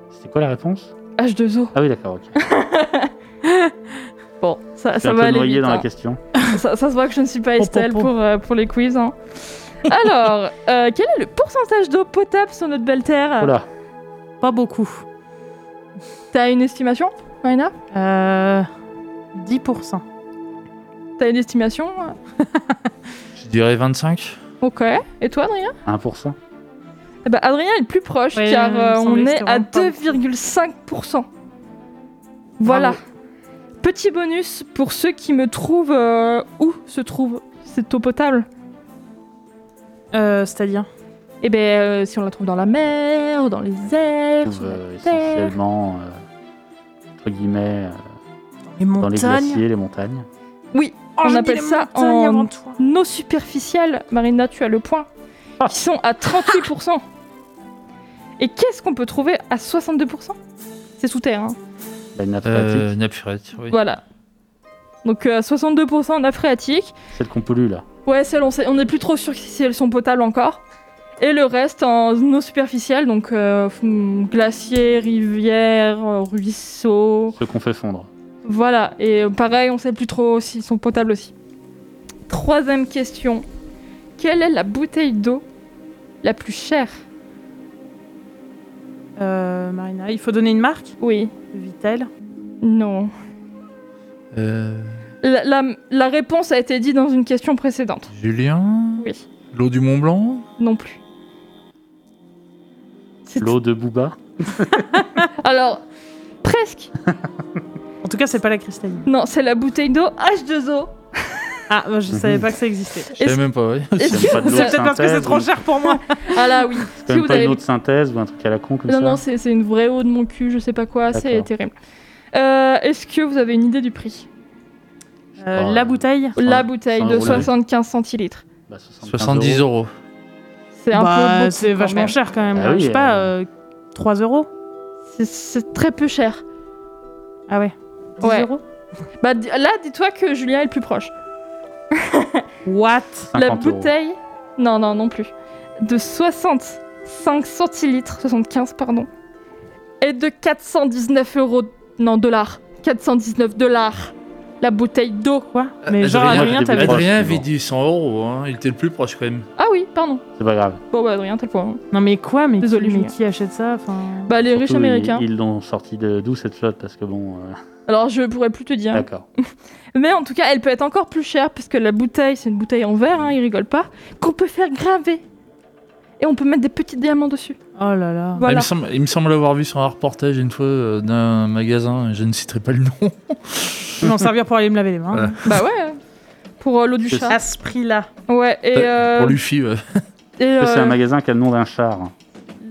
Speaker 3: C'était quoi la réponse
Speaker 4: H2O.
Speaker 3: Ah oui, d'accord, ok.
Speaker 4: Bon, ça,
Speaker 3: Je suis
Speaker 4: ça
Speaker 3: un
Speaker 4: va
Speaker 3: peu
Speaker 4: aller
Speaker 3: noyé
Speaker 4: vite,
Speaker 3: dans la
Speaker 4: hein.
Speaker 3: question.
Speaker 4: ça, ça se voit que je ne suis pas
Speaker 2: Pom, pom,
Speaker 4: Estelle
Speaker 2: pom.
Speaker 4: pour, euh, pour les quiz. hein. Alors, euh, quel est le pourcentage d'eau potable sur notre belle terre
Speaker 3: Voilà.
Speaker 2: Pas beaucoup.
Speaker 4: T'as une estimation, Marina
Speaker 2: Euh. 10%.
Speaker 4: T'as une estimation
Speaker 1: Je dirais 25.
Speaker 4: Ok. Et toi, Adrien
Speaker 3: 1%.
Speaker 4: Eh ben, Adrien est le plus proche
Speaker 2: Ouais,
Speaker 4: car
Speaker 2: il me
Speaker 4: euh,
Speaker 2: semblait
Speaker 4: on
Speaker 2: que
Speaker 4: est
Speaker 2: c'était
Speaker 4: à
Speaker 2: vraiment pas
Speaker 4: 2,5%. Voilà.
Speaker 2: Bravo.
Speaker 4: Petit bonus pour ceux qui me trouvent euh, où se trouve cette eau potable.
Speaker 2: Euh, c'est-à-dire
Speaker 4: Eh ben, euh, si on la trouve dans la mer, dans les
Speaker 3: Je
Speaker 4: airs,
Speaker 3: trouve
Speaker 4: sur la
Speaker 3: euh,
Speaker 4: terre.
Speaker 3: essentiellement, euh, entre guillemets, euh,
Speaker 2: Les
Speaker 3: dans
Speaker 2: montagnes.
Speaker 3: les glaciers, les montagnes.
Speaker 4: Oui,
Speaker 2: Oh,
Speaker 4: On
Speaker 2: j'ai dit
Speaker 4: appelle
Speaker 2: Oh, les
Speaker 4: ça
Speaker 2: montagnes
Speaker 4: en-
Speaker 2: avant toi.
Speaker 4: nos superficielles, Marina, tu as le point,
Speaker 3: Ah.
Speaker 4: qui sont à 38%. Et qu'est-ce qu'on peut trouver à 62% C'est sous terre. hein.
Speaker 3: La nappe
Speaker 1: Euh,
Speaker 3: phréatique,
Speaker 1: nappe phréatique, oui.
Speaker 4: Voilà. Donc euh, 62% en phréatique.
Speaker 3: celle qu'on pollue là.
Speaker 4: Ouais, celles, on sait- on n'est plus trop sûr si elles sont potables encore. Et le reste en eau superficielle, donc euh, hum, glaciers, rivières, euh, ruisseaux.
Speaker 3: Ce qu'on fait fondre.
Speaker 4: Voilà, et euh, pareil, on sait plus trop s'ils sont potables aussi. Troisième question. Quelle est la bouteille d'eau la plus chère
Speaker 2: Euh, Marina, il faut donner une marque
Speaker 4: Oui.
Speaker 2: Vitel.
Speaker 4: Non.
Speaker 1: Euh,
Speaker 4: La, la- la réponse a été dite dans une question précédente.
Speaker 1: Julien
Speaker 4: Oui.
Speaker 1: L'eau du Mont Blanc
Speaker 4: Non plus. C'est-
Speaker 3: L'eau de Booba.
Speaker 4: Alors, presque.
Speaker 2: En tout cas, c'est pas la cristalline.
Speaker 4: Non, c'est la bouteille d'eau H2O.
Speaker 2: Ah, moi, je
Speaker 3: Mhm.
Speaker 2: savais pas que ça existait.
Speaker 1: Je savais
Speaker 4: Est-ce-
Speaker 1: même pas, oui.
Speaker 3: <laughs>
Speaker 4: Est-ce
Speaker 3: C'est pas
Speaker 2: <laughs>
Speaker 3: de
Speaker 4: que
Speaker 3: l'eau.
Speaker 4: vous
Speaker 2: C'est peut-être parce que c'est
Speaker 3: synthèse,
Speaker 2: trop
Speaker 3: oui.
Speaker 2: cher pour moi.
Speaker 3: <laughs>
Speaker 4: Ah là oui.
Speaker 3: C'est
Speaker 4: Si
Speaker 3: quand même
Speaker 4: vous
Speaker 3: pas
Speaker 4: avez-
Speaker 3: une eau de synthèse ou un truc à la con comme
Speaker 4: Non,
Speaker 3: ça.
Speaker 4: non, c'est c'est une vraie eau de mon cul, je sais pas quoi, c'est
Speaker 3: D'accord.
Speaker 4: terrible. Euh, Est-ce que vous avez une idée du prix
Speaker 2: Euh,
Speaker 3: Ah,
Speaker 2: la bouteille
Speaker 4: La bouteille
Speaker 3: cent
Speaker 4: de
Speaker 3: euros,
Speaker 4: 75 centilitres.
Speaker 3: Bah, 75
Speaker 1: 70 euros.
Speaker 4: C'est un
Speaker 2: Bah,
Speaker 4: peu beaucoup
Speaker 2: C'est
Speaker 4: quand
Speaker 2: vachement
Speaker 4: même.
Speaker 2: cher quand même.
Speaker 3: Ah oui,
Speaker 2: je sais pas,
Speaker 3: euh.
Speaker 2: euh, 3 euros
Speaker 4: C'est- C'est très peu cher.
Speaker 2: Ah ouais. 10
Speaker 4: Ouais.
Speaker 2: euros
Speaker 4: Bah di- là, dis-toi que Julien est le plus proche.
Speaker 2: What
Speaker 4: La
Speaker 3: 50 euros.
Speaker 4: bouteille, non, non, non plus, de 65 centilitres, 75 pardon, et de 419 euros, non dollars, 419 dollars. La bouteille d'eau.
Speaker 2: Quoi Mais
Speaker 3: Euh,
Speaker 1: Adrien,
Speaker 2: genre, Adrien, t'avais.
Speaker 3: proche,
Speaker 1: Adrien avait
Speaker 3: souvent.
Speaker 1: dit 100 euros, hein. il était le plus proche quand même.
Speaker 4: Ah oui, pardon.
Speaker 3: C'est pas grave.
Speaker 4: Bon bah Adrien, t'as le point.
Speaker 2: Non, mais quoi Mais, qui-
Speaker 4: Désolé,
Speaker 2: mais
Speaker 4: Julien.
Speaker 2: qui achète ça enfin...
Speaker 4: Bah les riches
Speaker 3: Surtout, ils-
Speaker 4: américains.
Speaker 3: Ils l'ont sorti de- d'où cette flotte Parce que bon. euh,
Speaker 4: Alors je pourrais plus te dire.
Speaker 3: D'accord.
Speaker 4: Mais en tout cas, elle peut être encore plus chère parce que la bouteille, c'est une bouteille en verre, hein, il rigole pas, qu'on peut faire graver. Et on peut mettre des petits diamants dessus.
Speaker 2: Oh là
Speaker 3: <laughs> Ah,
Speaker 2: là.
Speaker 1: Ah, Il,
Speaker 4: Voilà.
Speaker 1: me semble, il me semble avoir vu sur un reportage une fois euh, d'un magasin, je ne citerai pas le nom.
Speaker 2: Ils vont servir pour aller me laver les mains.
Speaker 1: Voilà.
Speaker 4: bah ouais. Pour euh, l'eau du
Speaker 3: C'est
Speaker 4: chat.
Speaker 2: À ce prix-là.
Speaker 4: Ouais, et. euh,
Speaker 1: Pour Luffy, ouais.
Speaker 4: et,
Speaker 3: Ça, C'est
Speaker 4: euh,
Speaker 3: un magasin qui a le nom d'un char. hein,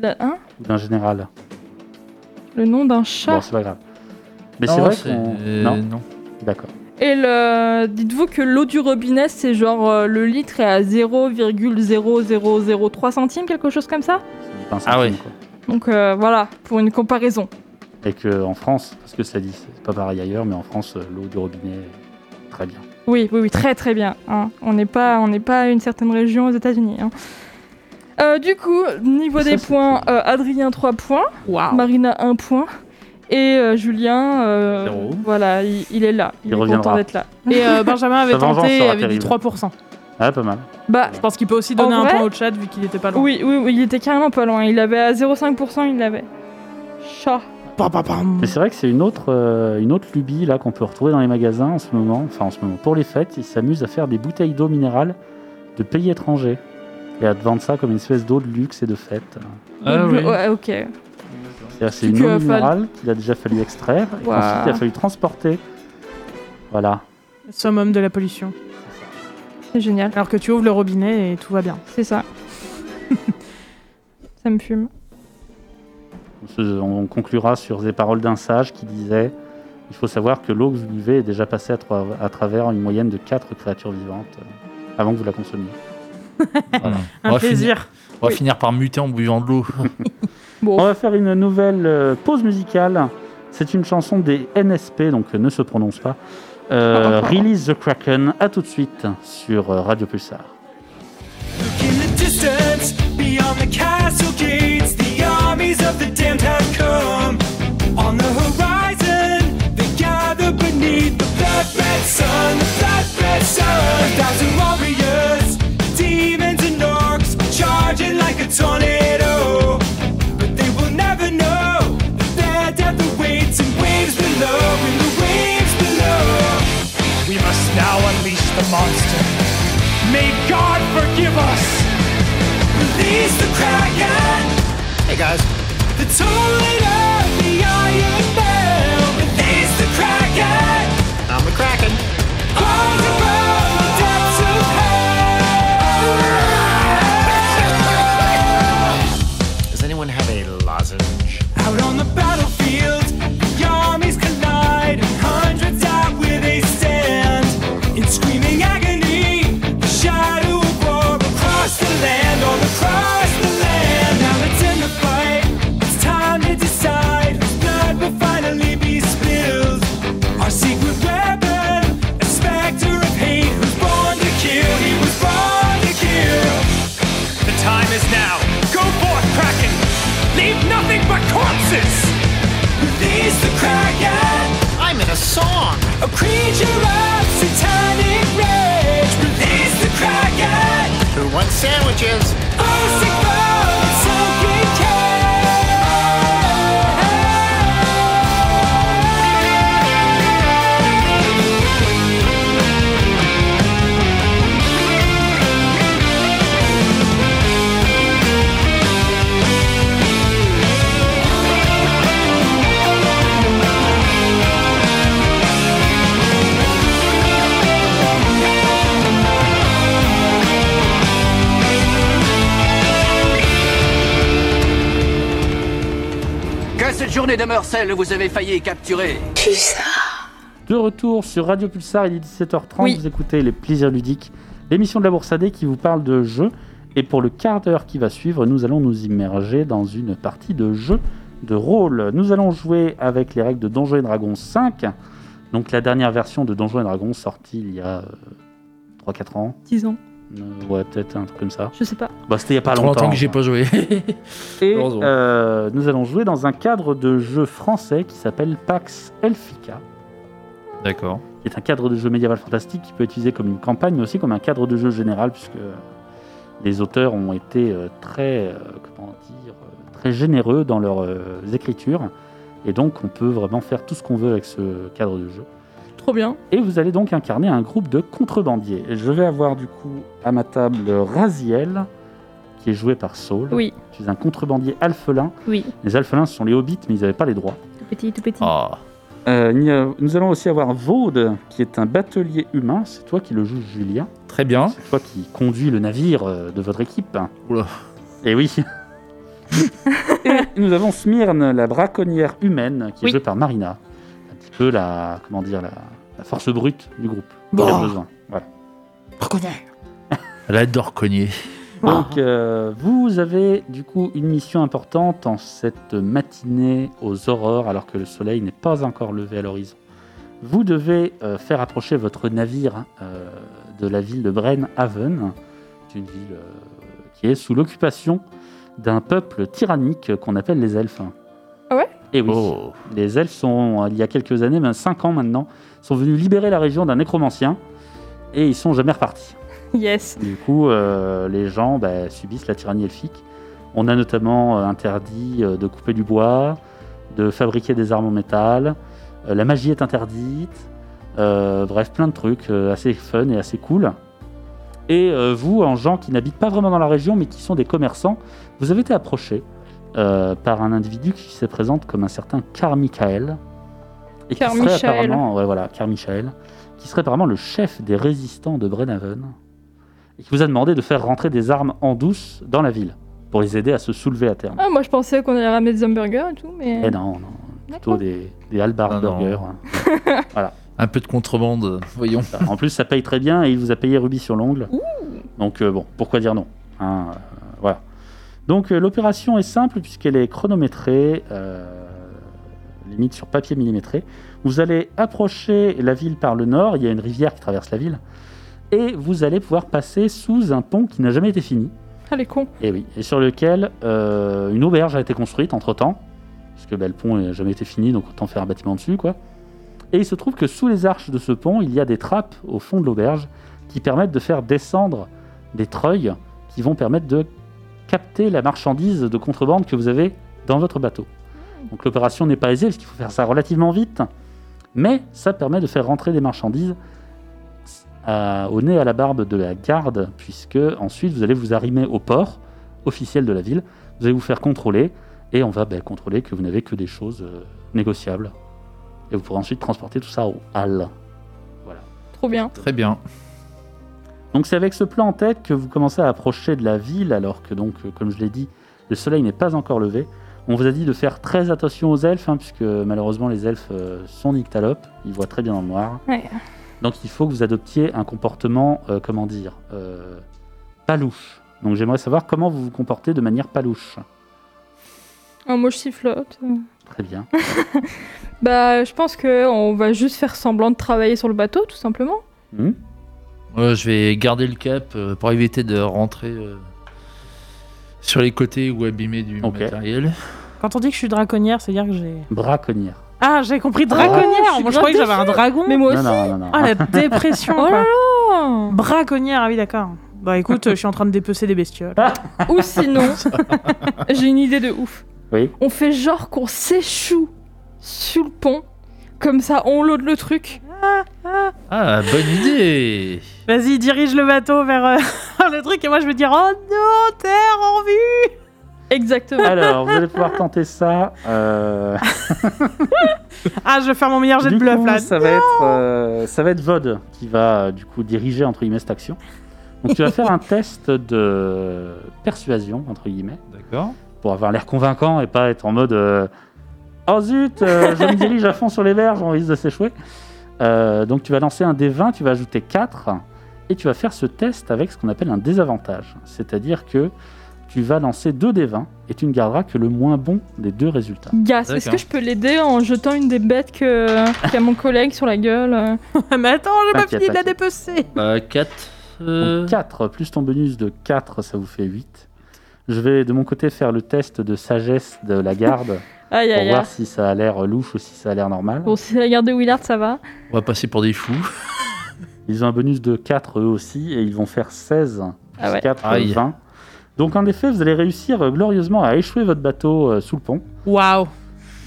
Speaker 4: la- hein,
Speaker 3: ou D'un général.
Speaker 4: le nom d'un chat.
Speaker 3: Bon, c'est pas grave. Mais c'est vrai qu'on.
Speaker 1: euh,
Speaker 3: Non,
Speaker 1: non.
Speaker 3: d'accord.
Speaker 4: Et le... dites-vous que l'eau du robinet, c'est genre euh, le litre est à 0,0003 centimes, quelque chose comme ça.
Speaker 3: C'est du pain
Speaker 1: Ah oui.
Speaker 3: centime, quoi.
Speaker 4: Donc euh, voilà, pour une comparaison.
Speaker 3: Et que euh, en France, parce que ça dit, c'est pas pareil ailleurs, mais en France, euh, l'eau du robinet, euh, très bien.
Speaker 4: Oui, oui, oui, très très bien. hein. On n'est pas, on n'est pas une certaine région aux États-Unis. hein. Euh, du coup, niveau
Speaker 3: Ça,
Speaker 4: des
Speaker 3: c'est
Speaker 4: points, euh, Adrien 3 points,
Speaker 2: Waouh.
Speaker 4: Marina 1 point et euh, Julien, euh,
Speaker 1: Zéro.
Speaker 4: voilà, il, il est là, il,
Speaker 3: Il
Speaker 4: est
Speaker 3: reviendra.
Speaker 4: content d'être là.
Speaker 2: Et euh, Benjamin avait
Speaker 3: <laughs> Sa vengeance
Speaker 2: tenté et
Speaker 3: sera
Speaker 2: avait dit
Speaker 3: terrible.
Speaker 2: 3%.
Speaker 3: Ah, pas mal.
Speaker 4: Bah
Speaker 2: Je pense qu'il peut aussi donner
Speaker 4: En
Speaker 2: un
Speaker 4: vrai
Speaker 2: point au chat vu qu'il était pas loin.
Speaker 4: oui, oui, oui, il était carrément pas loin. Il avait à 0,5%, il l'avait. Chat.
Speaker 2: Pam, pam, pam.
Speaker 3: Mais c'est vrai que c'est une autre, euh, une autre lubie là qu'on peut retrouver dans les magasins en ce moment. Enfin, en ce moment, pour les fêtes, ils s'amusent à faire des bouteilles d'eau minérale de pays étrangers et à te vendre ça comme une espèce d'eau de luxe et de fête.
Speaker 1: Ah oui.
Speaker 4: Ouais, ok.
Speaker 3: C'est-à-dire, c'est
Speaker 4: C'est
Speaker 3: une
Speaker 4: que,
Speaker 3: eau
Speaker 4: enfin,
Speaker 3: minérale qu'il a déjà fallu extraire et
Speaker 4: Waouh.
Speaker 3: qu'ensuite il a fallu transporter. Voilà.
Speaker 2: Summum de la pollution.
Speaker 4: C'est génial.
Speaker 2: Alors que tu ouvres le robinet et tout va bien.
Speaker 4: C'est <laughs> ça. ça me fume.
Speaker 3: Ce- On conclura sur les paroles d'un sage qui disait Il faut savoir que l'eau que vous buvez est déjà passée à, tra- à travers une moyenne de 4 créatures vivantes euh, avant que vous la consommiez.
Speaker 1: Voilà.
Speaker 2: Un
Speaker 1: On va finir-
Speaker 2: plaisir.
Speaker 1: on va finir par muter en buvant de l'eau.
Speaker 3: On va faire une nouvelle euh, pause musicale. C'est une chanson des NSP, donc euh, ne se prononce pas. Euh, Release the Kraken, à tout de suite sur euh, Radio Pulsar.
Speaker 6: In the distance, beyond the castle gates, the armies of the damned have come. On the horizon, they gather beneath the blood red sun, the blood red sun. A thousand warriors, demons and orcs, charging like a tornado. But they will never know that their death awaits in waves below, in the waves below. We must now unleash the monster. May God forgive us! Release the Kraken! Hey guys. The tolling of the Iron Bell! Release the Kraken! I'm the Kraken! Rise above the depths of hell!
Speaker 7: Does anyone have a lozenge?
Speaker 6: Out on the battlefield, the armies collide, and hundreds die where they stand. In screaming agony, the shadow of war across the land, all across the land. Now it's in the fight, it's time to decide whose blood will finally be spilled. Our secret weapon, a specter of hate, who's born to kill, he was born to kill. The time is now. Go forth, Kraken! Leave nothing but corpses! Release the Kraken!
Speaker 7: I'm in a song!
Speaker 6: A creature of satanic rage! Release the Kraken!
Speaker 7: Who wants sandwiches?
Speaker 6: Oh, sick foe, it's soaking
Speaker 8: Que cette journée demeure celle que vous avez failli capturer.
Speaker 3: De retour sur Radio Pulsar, il est 17h30,
Speaker 4: Oui.
Speaker 3: vous écoutez Les Plaisirs Ludiques, l'émission de la Bourse AD qui vous parle de jeux. Et pour le quart d'heure qui va suivre, nous allons nous immerger dans une partie de jeu de rôle. Nous allons jouer avec les règles de Donjons et Dragons 5, donc la dernière version de Donjons et Dragons sortie il y a 3-4 ans.
Speaker 4: 10 ans.
Speaker 3: Euh, ouais, peut-être un truc comme ça.
Speaker 4: Je sais pas.
Speaker 3: Bah, c'était il y a pas
Speaker 1: Trop longtemps que j'ai pas joué.
Speaker 3: Et
Speaker 1: Heureusement.
Speaker 3: euh, nous allons jouer dans un cadre de jeu français qui s'appelle Pax Elfica.
Speaker 1: D'accord.
Speaker 3: qui est un cadre de jeu médiéval fantastique qui peut être utilisé comme une campagne, mais aussi comme un cadre de jeu général, puisque les auteurs ont été euh, très, euh, comment dire, euh, très généreux dans leurs euh, écritures. Et donc, on peut vraiment faire tout ce qu'on veut avec ce cadre de jeu.
Speaker 4: Trop bien.
Speaker 3: Et vous allez donc incarner un groupe de contrebandiers. Et Je vais avoir du coup à ma table Raziel, qui est joué par Saul.
Speaker 4: Oui,
Speaker 3: Tu es un contrebandier alphelin.
Speaker 4: oui.
Speaker 3: Les alphelins, ce sont les hobbits, mais ils n'avaient pas les droits.
Speaker 4: Tout petit, tout
Speaker 1: <laughs>
Speaker 4: petit.
Speaker 1: Ah.
Speaker 3: Euh, il y a- nous allons aussi avoir Vaude, qui est un batelier humain. C'est toi qui le joues, Julien.
Speaker 1: Très bien.
Speaker 3: C'est toi qui conduis le navire euh, de votre équipe.
Speaker 1: Hein Oula.
Speaker 3: Et oui. Et nous avons Smyrne, la braconnière humaine, qui est
Speaker 4: Oui.
Speaker 3: jouée par Marina. Un petit peu la, comment dire, la, la force brute du groupe. dont il y a besoin. Voilà.
Speaker 1: Elle adore cogner.
Speaker 3: Donc, euh, vous avez du coup une mission importante en cette matinée aux aurores, alors que le soleil n'est pas encore levé à l'horizon. Vous devez euh, faire approcher votre navire euh, de la ville de Brenhaven, qui est une ville euh, qui est sous l'occupation d'un peuple tyrannique qu'on appelle les elfes.
Speaker 4: Ah ouais
Speaker 3: Et oui.
Speaker 1: Oh.
Speaker 3: Les elfes sont, il y a quelques années, ben, 5 ans maintenant, sont venus libérer la région d'un nécromancien, et ils sont jamais repartis.
Speaker 4: Yes.
Speaker 3: Du coup, euh, les gens bah, subissent la tyrannie elfique. On a notamment euh, interdit euh, de couper du bois, de fabriquer des armes en métal. Euh, la magie est interdite. Euh, bref, plein de trucs euh, assez fun et assez cool. Et euh, vous, en gens qui n'habitent pas vraiment dans la région, mais qui sont des commerçants, vous avez été approché euh, par un individu qui se présente comme un certain Carmichael. Et qui serait
Speaker 4: Carmichael.
Speaker 3: apparemment, ouais, voilà, Carmichael, qui serait apparemment le chef des résistants de Brenhaven. Et qui vous a demandé de faire rentrer des armes en douce dans la ville, pour les aider à se soulever à terme.
Speaker 4: Ah, moi, je pensais qu'on allait ramener des hamburgers et tout, mais.
Speaker 3: Eh non, non, plutôt
Speaker 4: D'accord.
Speaker 3: des, des halbar
Speaker 1: Ah non.
Speaker 3: burgers.
Speaker 1: Un peu de contrebande, voyons.
Speaker 3: Bah, En plus, ça paye très bien et il vous a payé rubis sur l'ongle. Donc euh, bon, pourquoi dire non hein, euh, Voilà. Donc euh, l'opération est simple puisqu'elle est chronométrée, euh, limite sur papier millimétré. Vous allez approcher la ville par le nord, il y a une rivière qui traverse la ville, et vous allez pouvoir passer sous un pont qui n'a jamais été fini.
Speaker 4: Ah, les cons.
Speaker 3: Et Eh oui, et sur lequel euh, une auberge a été construite entre temps, parce que bah, le pont n'a jamais été fini, donc autant faire un bâtiment dessus, quoi. Et il se trouve que sous les arches de ce pont, il y a des trappes au fond de l'auberge qui permettent de faire descendre des treuils qui vont permettre de capter la marchandise de contrebande que vous avez dans votre bateau. Donc l'opération n'est pas aisée parce qu'il faut faire ça relativement vite, mais ça permet de faire rentrer des marchandises à- au nez à la barbe de la garde, puisque ensuite vous allez vous arrimer au port officiel de la ville, vous allez vous faire contrôler, et on va ben, contrôler que vous n'avez que des choses euh, négociables. Et vous pourrez ensuite transporter tout ça au hall.
Speaker 4: Trop bien.
Speaker 1: Très bien.
Speaker 3: Donc c'est avec ce plan en tête que vous commencez à approcher de la ville, alors que donc, euh, comme je l'ai dit, le soleil n'est pas encore levé. On vous a dit de faire très attention aux elfes, hein, puisque malheureusement les elfes euh, sont nyctalopes, ils voient très bien dans le noir.
Speaker 4: Ouais.
Speaker 3: Donc il faut que vous adoptiez un comportement, euh, comment dire, euh, palouche. Donc j'aimerais savoir comment vous vous comportez de manière palouche.
Speaker 4: Ah, moi, je sifflote.
Speaker 3: Très bien.
Speaker 4: Bah, je pense que on va juste faire semblant de travailler sur le bateau, tout simplement.
Speaker 3: Hmm
Speaker 1: Ouais, Euh, je vais garder le cap euh, pour éviter de rentrer euh, sur les côtés ou abîmer du
Speaker 3: Ok.
Speaker 1: matériel.
Speaker 2: Quand on dit que je suis draconnière, c'est-à-dire que j'ai.
Speaker 3: Braconnière.
Speaker 2: Ah, j'ai compris
Speaker 4: Ah,
Speaker 2: draconnière
Speaker 4: je suis
Speaker 2: Moi, je croyais que
Speaker 4: grave
Speaker 2: j'avais un dragon.
Speaker 4: Mais moi
Speaker 3: non,
Speaker 4: aussi.
Speaker 3: non, non, non.
Speaker 2: Ah, <laughs> la dépression
Speaker 4: Oh
Speaker 2: quoi.
Speaker 4: là
Speaker 2: <laughs>
Speaker 4: là
Speaker 2: Braconnière, ah oui, d'accord. Bah écoute, je suis en train de dépecer des bestioles.
Speaker 4: Ou sinon, <laughs> j'ai une idée de ouf.
Speaker 3: Oui.
Speaker 4: On fait genre qu'on s'échoue sur le pont, comme ça on load le truc.
Speaker 1: Ah, bonne idée
Speaker 2: Vas-y, dirige le bateau vers euh, <laughs> le truc et moi je vais dire Oh non, terre en vue
Speaker 4: Exactement.
Speaker 3: Alors, vous allez pouvoir tenter ça. euh,
Speaker 2: Ah, je vais faire mon meilleur jet de
Speaker 3: du
Speaker 2: bluff
Speaker 3: coup,
Speaker 2: là.
Speaker 3: ça va être euh, ça va être Vod qui va euh, du coup diriger entre guillemets cette action. Donc tu vas faire un test de persuasion entre guillemets
Speaker 1: D'accord.
Speaker 3: pour avoir l'air convaincant et pas être en mode euh, oh zut euh, je me dirige à fond sur les verges on risque de s'échouer. Euh, donc tu vas lancer un D20, tu vas ajouter 4 et tu vas faire ce test avec ce qu'on appelle un désavantage, c'est-à-dire que tu vas lancer deux D20 et tu ne garderas que le moins bon des deux résultats.
Speaker 4: Gas, est-ce
Speaker 1: D'accord.
Speaker 4: que je peux l'aider en jetant une des bêtes que qu'a mon collègue sur la gueule
Speaker 2: <laughs> Mais attends, j'ai pas fini
Speaker 3: T'inquiète,
Speaker 2: de la
Speaker 3: t'inquiète.
Speaker 2: dépecer.
Speaker 1: Bah, 4.
Speaker 3: Donc 4 plus ton bonus de 4, ça vous fait 8. Je vais de mon côté faire le test de sagesse de la garde
Speaker 4: Aïe
Speaker 3: pour
Speaker 4: aïe aïe.
Speaker 3: voir si ça a l'air louche ou si ça a l'air normal.
Speaker 4: Bon, si c'est la garde de Willard, ça va.
Speaker 1: On va passer pour des fous.
Speaker 3: Ils ont un bonus de 4 eux aussi et ils vont faire 16 plus
Speaker 4: Ah ouais.
Speaker 3: 4,
Speaker 1: Aïe.
Speaker 3: 20. Donc en effet, vous allez réussir euh, glorieusement à échouer votre bateau euh, sous le pont
Speaker 2: Waouh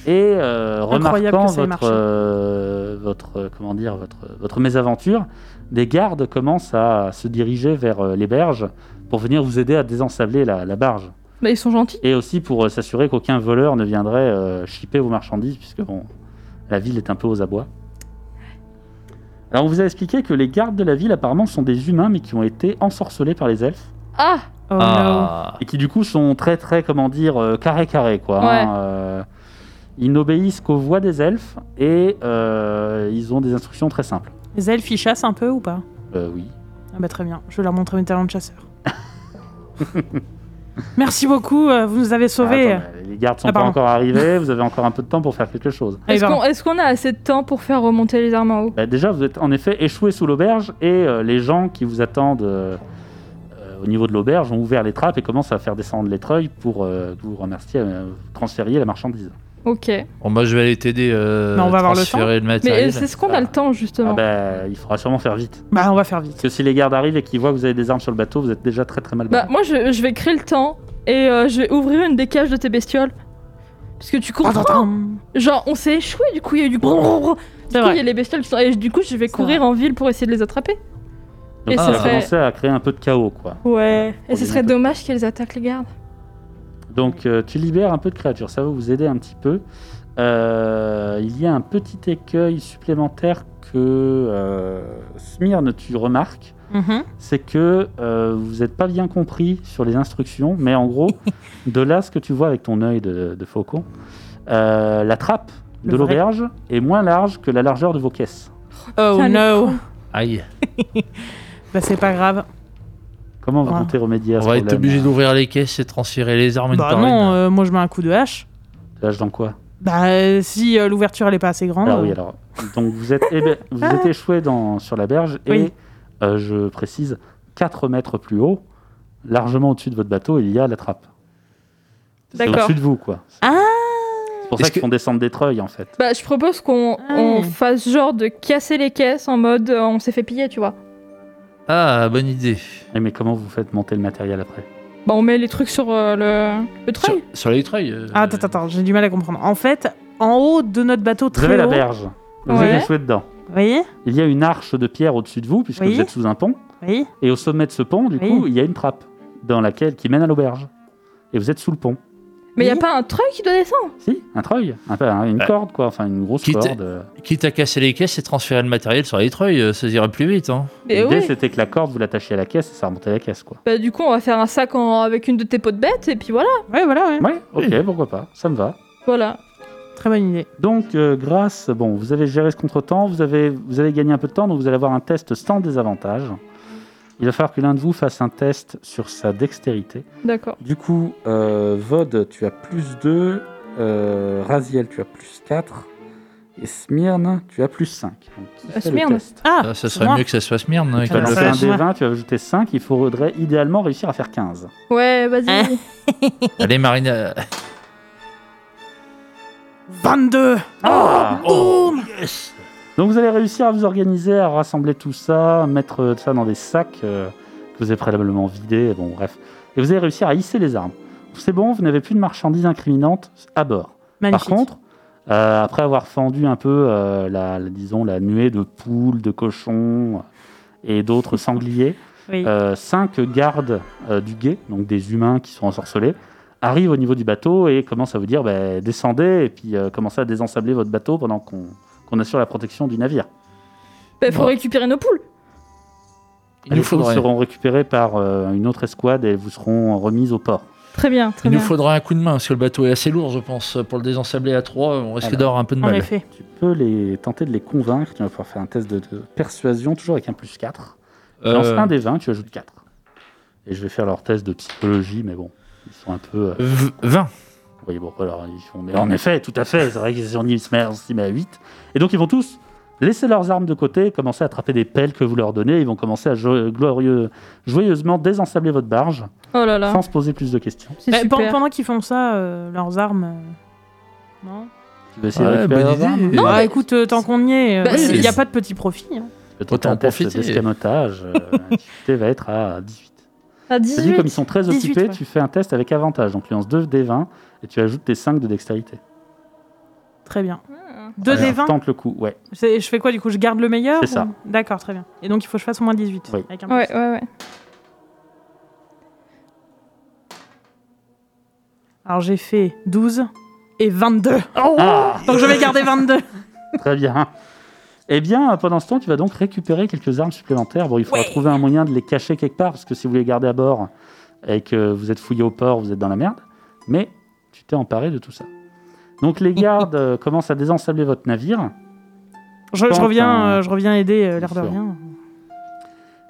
Speaker 3: et euh,
Speaker 2: Incroyable
Speaker 3: remarquant
Speaker 2: que ça ait
Speaker 3: votre
Speaker 2: marché.
Speaker 3: euh, votre euh, comment dire votre votre mésaventure, des gardes commencent à se diriger vers euh, les berges pour venir vous aider à désensabler la- la barge.
Speaker 4: Bah, ils sont gentils.
Speaker 3: Et aussi pour euh, s'assurer qu'aucun voleur ne viendrait euh, chipper vos marchandises, puisque bon, la ville est un peu aux abois. Alors on vous a expliqué que les gardes de la ville apparemment sont des humains, mais qui ont été ensorcelés par les elfes,
Speaker 4: Ah
Speaker 2: Oh no.
Speaker 1: ah,
Speaker 3: et qui du coup sont très très, comment dire, euh, carré carré quoi. hein, euh, ils n'obéissent qu'aux voix des elfes, et euh, ils ont des instructions très simples.
Speaker 2: Les elfes, ils chassent un peu ou pas
Speaker 3: Euh, oui.
Speaker 2: Ah bah très bien, je vais leur montrer mes talents de chasseur. Merci beaucoup, euh, vous nous avez sauvés.
Speaker 3: Ah, attends, mais les gardes sont
Speaker 2: Ah,
Speaker 3: pas
Speaker 2: pardon.
Speaker 3: encore arrivés, vous avez encore un peu de temps pour faire quelque chose.
Speaker 2: Allez,
Speaker 4: Est-ce
Speaker 2: pardon.
Speaker 4: qu'on est-ce qu'on a assez de temps pour faire remonter les armes en haut
Speaker 3: Bah, déjà, vous êtes en effet échoué sous l'auberge et euh, les gens qui vous attendent euh, euh, au niveau de l'auberge ont ouvert les trappes et commencent à faire descendre les treuils pour euh, que vous remercier, euh, transfériez la marchandise. Ah
Speaker 4: Ok.
Speaker 1: Bon, moi, je vais aller t'aider euh,
Speaker 2: Mais on va avoir le
Speaker 1: transférer le
Speaker 4: Mais
Speaker 1: matériel.
Speaker 4: est-ce qu'on a le temps
Speaker 3: Ah
Speaker 4: justement
Speaker 3: bah, il faudra sûrement faire vite.
Speaker 2: Bah on va faire vite.
Speaker 3: Parce que si les gardes arrivent et qu'ils voient que vous avez des armes sur le bateau, vous êtes déjà très très mal
Speaker 4: Bah
Speaker 3: barrés.
Speaker 4: moi je, je vais créer le temps et euh, je vais ouvrir une des cages de tes bestioles. Parce que tu comprends. Genre, on s'est échoué, du coup, il y a eu du. Du coup,
Speaker 2: C'est
Speaker 4: il y
Speaker 2: vrai.
Speaker 4: a les bestioles qui sont. Et du coup, je vais courir en ville pour essayer de les attraper.
Speaker 3: Donc
Speaker 4: Et
Speaker 3: ça
Speaker 1: ce
Speaker 3: va
Speaker 1: serait-
Speaker 3: commencer à créer un peu de chaos, quoi.
Speaker 4: Ouais. Et
Speaker 3: Pour
Speaker 4: ce
Speaker 3: les
Speaker 4: serait
Speaker 3: attraper.
Speaker 4: dommage qu'elles attaquent les gardes.
Speaker 3: Donc euh, tu libères un peu de créatures, ça va vous aider un petit peu. Euh, il y a un petit écueil supplémentaire que euh, Smyrne, tu remarques,
Speaker 2: Mhm.
Speaker 3: c'est que euh, vous n'êtes pas bien compris sur les instructions, mais
Speaker 2: <laughs>
Speaker 3: en gros, de là ce que tu vois avec ton œil de, de faucon, euh, la trappe de
Speaker 2: Le vrai.
Speaker 3: l'auberge est moins large que la largeur de vos caisses.
Speaker 2: Oh
Speaker 4: Tiens, le
Speaker 2: no.
Speaker 1: Aïe.
Speaker 2: Bah, c'est pas grave.
Speaker 3: Comment vous
Speaker 2: Ouais.
Speaker 3: comptez remédier à
Speaker 1: On
Speaker 3: ce
Speaker 1: va être
Speaker 3: problème
Speaker 1: obligé d'ouvrir les caisses et transférer les armes une
Speaker 2: Bah
Speaker 1: par
Speaker 2: non,
Speaker 1: une.
Speaker 2: euh, moi je mets un coup de hache.
Speaker 3: Lâche dans quoi
Speaker 2: Bah, euh, si euh, l'ouverture elle est pas assez grande.
Speaker 3: Ah oui, alors. Donc vous êtes,
Speaker 2: <laughs>
Speaker 3: ébe- vous êtes échoué dans, sur la berge et,
Speaker 2: Oui.
Speaker 3: euh, je précise, 4 mètres plus haut, largement au-dessus de votre bateau, il y a la trappe. C'est
Speaker 4: D'accord.
Speaker 3: Au-dessus de vous, quoi.
Speaker 2: Ah.
Speaker 3: C'est pour
Speaker 1: Est-ce
Speaker 3: ça qu'ils
Speaker 1: que-
Speaker 3: font descendre des treuils, en fait.
Speaker 4: Bah, je propose qu'on
Speaker 2: Ah.
Speaker 4: on fasse genre de casser les caisses en mode euh, on s'est fait piller, tu vois.
Speaker 1: Ah, bonne idée.
Speaker 3: Eh, Mais comment vous faites monter le matériel après
Speaker 4: Bah, on met les trucs sur euh, le, le
Speaker 1: Sur,
Speaker 4: treuil.
Speaker 1: sur les treuils. euh,
Speaker 2: Ah, attends, attends, j'ai du mal à comprendre. En fait, en haut de notre bateau
Speaker 3: Vous avez
Speaker 2: très
Speaker 3: la
Speaker 2: haut,
Speaker 3: berge. Vous
Speaker 4: Ouais.
Speaker 3: êtes échoué dedans.
Speaker 2: vous voyez
Speaker 3: Il y a une arche de pierre au-dessus de vous, puisque
Speaker 2: Oui.
Speaker 3: vous êtes sous un pont.
Speaker 2: Oui.
Speaker 3: Et au sommet de ce pont, du
Speaker 2: Oui.
Speaker 3: coup, il y a une trappe dans laquelle qui mène à l'auberge. Et vous êtes sous le pont.
Speaker 4: Mais y a
Speaker 2: Oui.
Speaker 4: pas un treuil qui doit descendre
Speaker 3: Si, un treuil, un peu- hein, une
Speaker 1: Ouais.
Speaker 3: corde, quoi. Enfin, une grosse
Speaker 1: Quitte-
Speaker 3: corde. euh.
Speaker 1: Quitte à casser les caisses et transférer le matériel sur les treuils, euh, ça ira plus vite. Hein.
Speaker 4: Mais
Speaker 3: L'idée,
Speaker 4: oui.
Speaker 3: c'était que la corde, vous l'attachiez à la caisse et ça remontait à la caisse, quoi.
Speaker 4: Bah, du coup, on va faire un sac en- avec une de tes potes bêtes et puis voilà.
Speaker 2: Ouais, voilà, ouais.
Speaker 3: Ouais, ok, pourquoi pas, ça me va.
Speaker 4: Voilà.
Speaker 2: Très bonne idée.
Speaker 3: Donc, euh, grâce, bon, vous avez géré ce contretemps, vous avez, vous avez gagné un peu de temps, donc vous allez avoir un test sans désavantage. Il va falloir que l'un de vous fasse un test sur sa dextérité.
Speaker 4: D'accord.
Speaker 3: Du coup, euh, Vod, tu as plus 2, euh, Raziel, tu as plus 4, et Smyrne, tu as plus 5. Donc,
Speaker 1: Euh,
Speaker 3: qui fait le
Speaker 4: Smyrne.
Speaker 3: test
Speaker 2: Ah,
Speaker 1: Ah, ça
Speaker 2: c'est
Speaker 1: serait
Speaker 2: moi.
Speaker 1: mieux que ça se fasse merde. hein,
Speaker 3: Tu
Speaker 1: avec
Speaker 2: Ah,
Speaker 3: vas
Speaker 1: la-
Speaker 3: lancer
Speaker 2: ça,
Speaker 3: un
Speaker 2: c'est
Speaker 3: des
Speaker 2: moi.
Speaker 3: 20, tu vas ajouter 5, il faudrait idéalement réussir à faire 15.
Speaker 4: Ouais, vas-y.
Speaker 2: Hein
Speaker 1: Allez, euh, Marina.
Speaker 2: 22
Speaker 3: Ah
Speaker 1: Oh, yes
Speaker 3: Donc vous allez réussir à vous organiser, à rassembler tout ça, mettre euh, ça dans des sacs euh, que vous avez préalablement vidés, bon bref. Et vous allez réussir à hisser les armes. C'est bon, vous n'avez plus de marchandises incriminantes à bord.
Speaker 2: Magnifique.
Speaker 3: Par contre, euh, après avoir fendu un peu euh, la, la- disons, la nuée de poules, de cochons euh, et d'autres sangliers,
Speaker 2: Oui.
Speaker 3: euh, cinq gardes euh, du guet, donc des humains qui sont ensorcelés, arrivent au niveau du bateau et commencent à vous dire bah, descendez et puis euh, commencez à désensabler votre bateau pendant qu'on qu'on assure la protection du navire.
Speaker 4: Bah, faut
Speaker 1: Bon.
Speaker 4: récupérer nos poules.
Speaker 1: Il nous
Speaker 3: Les poules
Speaker 1: faudrait,
Speaker 3: seront récupérées par euh, une autre escouade et elles vous seront remises au port.
Speaker 4: Très bien, très
Speaker 1: il nous
Speaker 4: bien.
Speaker 1: faudra un coup de main parce que le bateau est assez lourd, je pense. Pour le désensabler à 3, on risque
Speaker 3: Alors.
Speaker 1: d'avoir un peu de
Speaker 4: Ah,
Speaker 2: En
Speaker 1: mal.
Speaker 2: effet.
Speaker 3: Tu peux les, tenter de les convaincre, tu vas pouvoir faire un test de, de persuasion, toujours avec un plus 4. Tu lances
Speaker 1: Euh,
Speaker 3: un des 20, tu ajoutes 4. Et je vais faire leur test de psychologie, mais bon, ils sont un peu... euh,
Speaker 1: v- 20.
Speaker 3: Oui, bon, alors ils font. Mais en effet, tout à fait, c'est vrai qu'ils on y se met, on s'y met à 8. Et donc ils vont tous laisser leurs armes de côté, commencer à attraper des pelles que vous leur donnez, ils vont commencer à jo- glorieux, joyeusement désensabler votre barge,
Speaker 4: Oh là là.
Speaker 3: sans se poser plus de questions.
Speaker 4: C'est
Speaker 2: Eh, pen-
Speaker 4: super.
Speaker 2: pendant qu'ils font ça, euh, leurs armes. euh, Non
Speaker 3: Tu veux essayer de
Speaker 1: Ouais,
Speaker 3: récupérer
Speaker 1: bonne
Speaker 3: leurs
Speaker 1: idée.
Speaker 3: armes
Speaker 1: Non,
Speaker 2: Bah
Speaker 4: mais-
Speaker 2: écoute, euh, tant qu'on y est, euh,
Speaker 4: Bah,
Speaker 2: il
Speaker 1: c'est-
Speaker 2: n'y a pas de petit profit. hein.
Speaker 3: Je vais tenter
Speaker 1: Autant
Speaker 3: un test
Speaker 1: profiter. <laughs>
Speaker 3: d'escamotage. euh, tu va être à 18.
Speaker 4: À
Speaker 3: C'est dit,
Speaker 4: 18.
Speaker 3: comme ils sont très
Speaker 2: 18,
Speaker 3: occupés,
Speaker 2: ouais.
Speaker 3: tu fais un test avec avantage. Donc tu lances 2 des 20 et tu ajoutes tes 5 de dextérité.
Speaker 2: Très bien. 2
Speaker 3: Alors,
Speaker 2: des 20
Speaker 3: Tente le coup, ouais.
Speaker 2: C'est- Je fais quoi du coup Je garde le meilleur
Speaker 3: C'est ça.
Speaker 2: ou- D'accord, très bien. Et donc il faut que je fasse au moins 18.
Speaker 3: Oui.
Speaker 2: avec un
Speaker 4: Ouais,
Speaker 2: plus.
Speaker 4: ouais, ouais.
Speaker 2: Alors j'ai fait 12 et
Speaker 3: <laughs>
Speaker 2: 22.
Speaker 3: Ah
Speaker 2: Donc je vais garder 22.
Speaker 3: Très bien. Eh bien, pendant ce temps, tu vas donc récupérer quelques armes supplémentaires. Bon, il faudra trouver un moyen de les cacher quelque part, parce que si vous les gardez à bord et que vous êtes fouillé au port, vous êtes dans la merde. Mais tu t'es emparé de tout ça. Donc les gardes euh, commencent à désensabler votre navire.
Speaker 2: Je, je
Speaker 3: Tente
Speaker 2: reviens,
Speaker 3: un-
Speaker 2: euh, je reviens aider euh, l'air de
Speaker 3: Bien sûr.
Speaker 2: rien.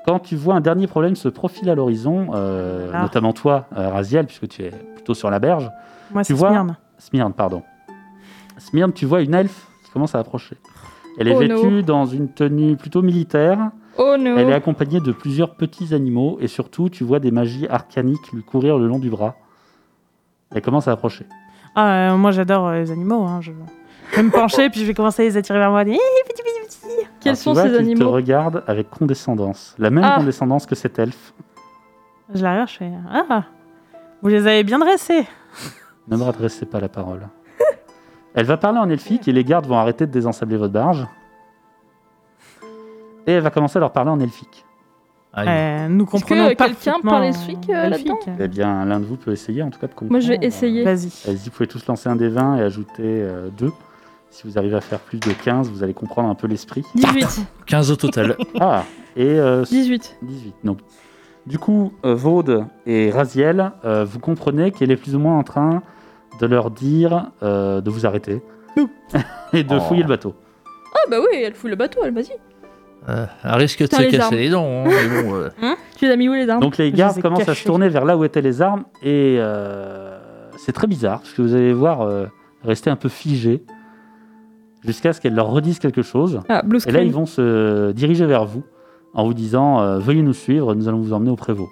Speaker 3: Quand tu vois un dernier problème se profile à l'horizon, euh,
Speaker 2: Ah.
Speaker 3: notamment toi, euh, Raziel, puisque tu es plutôt sur la berge,
Speaker 2: Moi, c'est
Speaker 3: vois
Speaker 2: Smyrne.
Speaker 3: Smyrne, pardon. Smyrne, tu vois une elfe qui commence à approcher. Elle est
Speaker 4: Oh no.
Speaker 3: vêtue dans une tenue plutôt militaire.
Speaker 4: Oh no.
Speaker 3: Elle est accompagnée de plusieurs petits animaux et surtout, tu vois des magies arcaniques lui courir le long du bras. Elle commence à approcher.
Speaker 2: Ah, euh, moi, j'adore euh, les animaux. hein, Je... je vais me pencher, <laughs> puis je vais commencer à les attirer vers moi. Hé, petit, petit, petit.
Speaker 3: Alors,
Speaker 4: Quels
Speaker 3: Ah, tu
Speaker 4: sont
Speaker 3: vois
Speaker 4: ces
Speaker 3: qu'il te
Speaker 4: animaux
Speaker 3: regarde avec condescendance. La même
Speaker 4: Ah.
Speaker 3: condescendance que cette elfe.
Speaker 2: Je la ah. regarde, je fais Ah, vous les avez bien dressés.
Speaker 3: Ne me redressez pas la parole. <laughs> Elle va parler en elfique et les gardes vont arrêter de désensabler votre barge. Et elle va commencer à leur parler en elfique.
Speaker 1: Aïe.
Speaker 2: Euh, nous comprenons
Speaker 4: que, euh, quelqu'un
Speaker 2: parfaitement
Speaker 4: parle elfique, euh, là-dedans
Speaker 2: elfique.
Speaker 3: Eh bien, l'un de vous peut essayer en tout cas de comprendre.
Speaker 4: Moi, je vais essayer.
Speaker 2: Vas-y.
Speaker 3: Allez-y, vous pouvez tous lancer un des 20 et ajouter 2. Si vous arrivez à faire plus de 15, vous allez comprendre un peu l'esprit.
Speaker 4: 18.
Speaker 1: 15 au
Speaker 4: <laughs>
Speaker 1: total.
Speaker 3: Ah Et euh,
Speaker 4: 18.
Speaker 3: 18, non. Du coup, euh, Vaude et Raziel, euh, vous comprenez qu'elle est plus ou moins en train de leur dire euh, de vous arrêter <laughs> et de
Speaker 1: Oh.
Speaker 3: fouiller le bateau.
Speaker 4: Ah bah oui, elle fout le bateau, elle, vas-y.
Speaker 1: Euh, à risque de
Speaker 4: Putain,
Speaker 1: se
Speaker 4: les
Speaker 1: casser
Speaker 4: armes.
Speaker 1: les dents. hein, mais bon, euh,
Speaker 4: Tu les as mis où les armes
Speaker 3: Donc les
Speaker 2: Je les
Speaker 3: gardes
Speaker 2: ai
Speaker 3: commencent à se
Speaker 2: cachés.
Speaker 3: tourner vers là où étaient les armes et euh, c'est très bizarre parce que vous allez les voir euh, rester un peu figés jusqu'à ce qu'elles leur redisent quelque chose.
Speaker 4: Ah, blue
Speaker 3: Et là,
Speaker 4: screen.
Speaker 3: ils vont se diriger vers vous en vous disant euh, Veuillez nous suivre, nous allons vous emmener au prévôt.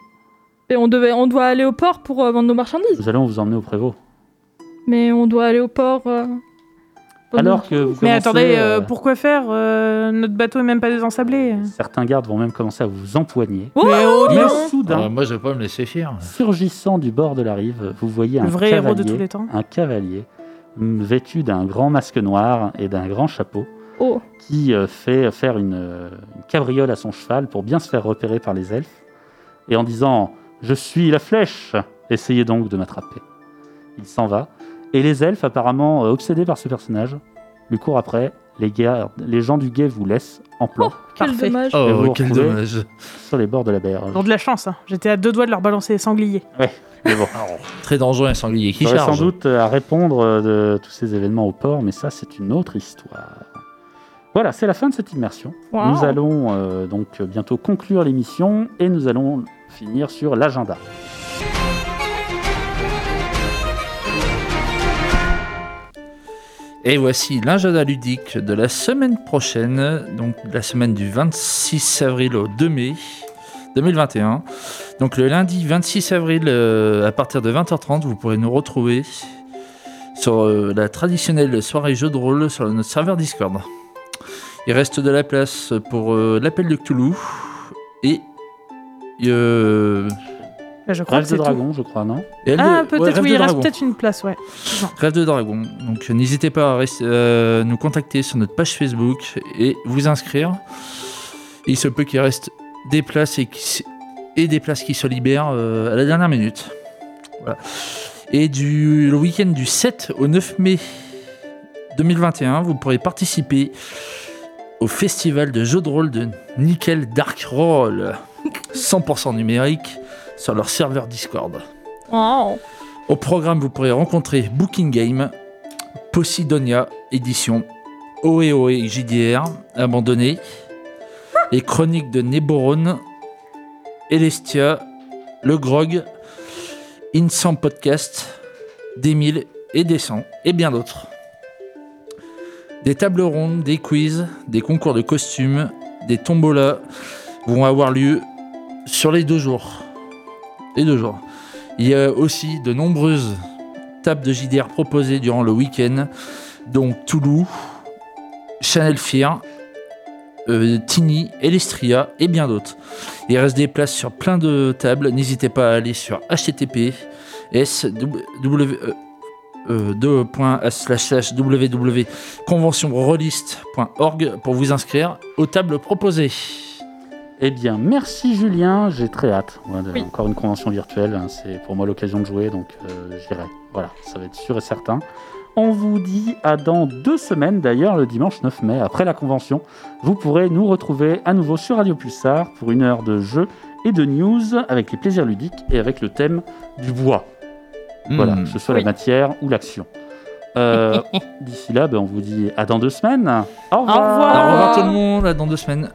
Speaker 4: Et on, devait, on doit aller au port pour euh, vendre nos marchandises.
Speaker 3: Nous allons vous emmener au prévôt.
Speaker 4: Mais on doit aller au port. euh, pour
Speaker 3: Alors que vous
Speaker 2: Mais
Speaker 3: commencez,
Speaker 2: attendez, euh,
Speaker 3: euh,
Speaker 2: pourquoi faire euh, Notre bateau est même pas désensablé.
Speaker 3: Certains gardes vont même commencer à vous empoigner.
Speaker 4: Oh
Speaker 2: euh. Mais hein. oh
Speaker 3: Mais
Speaker 2: non
Speaker 1: euh,
Speaker 3: soudain,
Speaker 1: moi, je vais pas me laisser faire.
Speaker 3: surgissant du bord de la rive, vous voyez un
Speaker 2: Le vrai héros de
Speaker 3: cavalier,
Speaker 2: tous les temps.
Speaker 3: un cavalier mm, vêtu d'un grand masque noir et d'un grand chapeau
Speaker 4: nous- Oh,
Speaker 3: qui euh, fait faire une, euh, une cabriole à son cheval pour bien se faire repérer par les elfes, et en disant Je suis la flèche, essayez donc de m'attraper. Il s'en va, et les elfes, apparemment euh, obsédés par ce personnage, lui courent après. Les, gardes, les gens du guet vous laissent en plan
Speaker 2: Oh,
Speaker 4: quel
Speaker 2: Parfait.
Speaker 4: dommage.
Speaker 3: vais
Speaker 1: Oh,
Speaker 3: vous
Speaker 1: quel
Speaker 3: retrouver.
Speaker 1: dommage.
Speaker 3: sur les bords de la berge.
Speaker 2: Ils ont de la chance. hein. J'étais à deux doigts de leur balancer les sangliers.
Speaker 3: Mais
Speaker 2: <laughs>
Speaker 3: bon,
Speaker 1: Très dangereux un sanglier qui
Speaker 3: j'aurais
Speaker 1: charge.
Speaker 3: sans doute à répondre euh, de tous ces événements au port, mais ça, c'est une autre histoire. Voilà, c'est la fin de cette immersion.
Speaker 4: Waouh.
Speaker 3: Nous allons euh, donc bientôt conclure l'émission et nous allons finir sur l'agenda.
Speaker 1: Et voici l'agenda ludique de la semaine prochaine, donc la semaine du 26 avril au 2 mai 2021. Donc le lundi 26 avril euh, à partir de 20h30, vous pourrez nous retrouver sur euh, la traditionnelle soirée jeu de rôle sur notre serveur Discord. Il reste de la place pour euh, l'appel de Cthulhu et... euh,
Speaker 2: Là, je crois
Speaker 3: Rêve
Speaker 2: que
Speaker 3: de
Speaker 2: c'est tout.
Speaker 3: dragon, je crois, non
Speaker 1: et elle-
Speaker 2: Ah,
Speaker 1: ouais,
Speaker 2: peut-être,
Speaker 1: Rêve
Speaker 2: oui,
Speaker 1: de
Speaker 2: il reste
Speaker 1: Dragon.
Speaker 2: peut-être une place, ouais.
Speaker 1: Rêve de Dragon. Donc euh, n'hésitez pas à rest- euh, nous contacter sur notre page Facebook et vous inscrire. Il se peut qu'il reste des places et, qui s- et des places qui se libèrent euh, à la dernière minute. Voilà. Et du le week-end du 7 au 9 mai 2021, vous pourrez participer au festival de jeux de rôle de Nickel Dark Roll, 100% numérique, sur leur serveur Discord.
Speaker 3: Oh.
Speaker 4: Waouh.
Speaker 1: Au programme, vous pourrez rencontrer Booking Game, Posidonia Édition, OEOE JDR, Abandonné, les chroniques de Neboron, Elestia, Le Grog, Insam Podcast, Des Mille et Des Cents, et bien d'autres. Des tables rondes, des quiz, des concours de costumes, des tombolas vont avoir lieu sur les deux jours. Les deux jours. Il y a aussi de nombreuses tables de JDR proposées durant le week-end, dont Toulouse, Chanel Fier, euh, Tini, Elestria et bien d'autres. Il reste des places sur plein de tables, n'hésitez pas à aller sur http euh, www.conventionroliste.org pour vous inscrire aux tables proposées.
Speaker 3: Eh bien, merci Julien, j'ai très hâte. Voilà,
Speaker 4: Oui.
Speaker 3: Encore une convention virtuelle, hein, c'est pour moi l'occasion de jouer, donc euh, j'irai. Voilà, ça va être sûr et certain. On vous dit à dans deux semaines, d'ailleurs, le dimanche 9 mai, après la convention. Vous pourrez nous retrouver à nouveau sur Radio Pulsar pour une heure de jeu et de news avec les plaisirs ludiques et avec le thème du bois.
Speaker 1: Hmm.
Speaker 3: Voilà, que ce soit
Speaker 4: Oui.
Speaker 3: la matière ou l'action. Euh, D'ici là, ben, on vous dit à dans deux semaines. Au revoir.
Speaker 2: revoir.
Speaker 1: Alors, au revoir tout le monde, à dans deux semaines.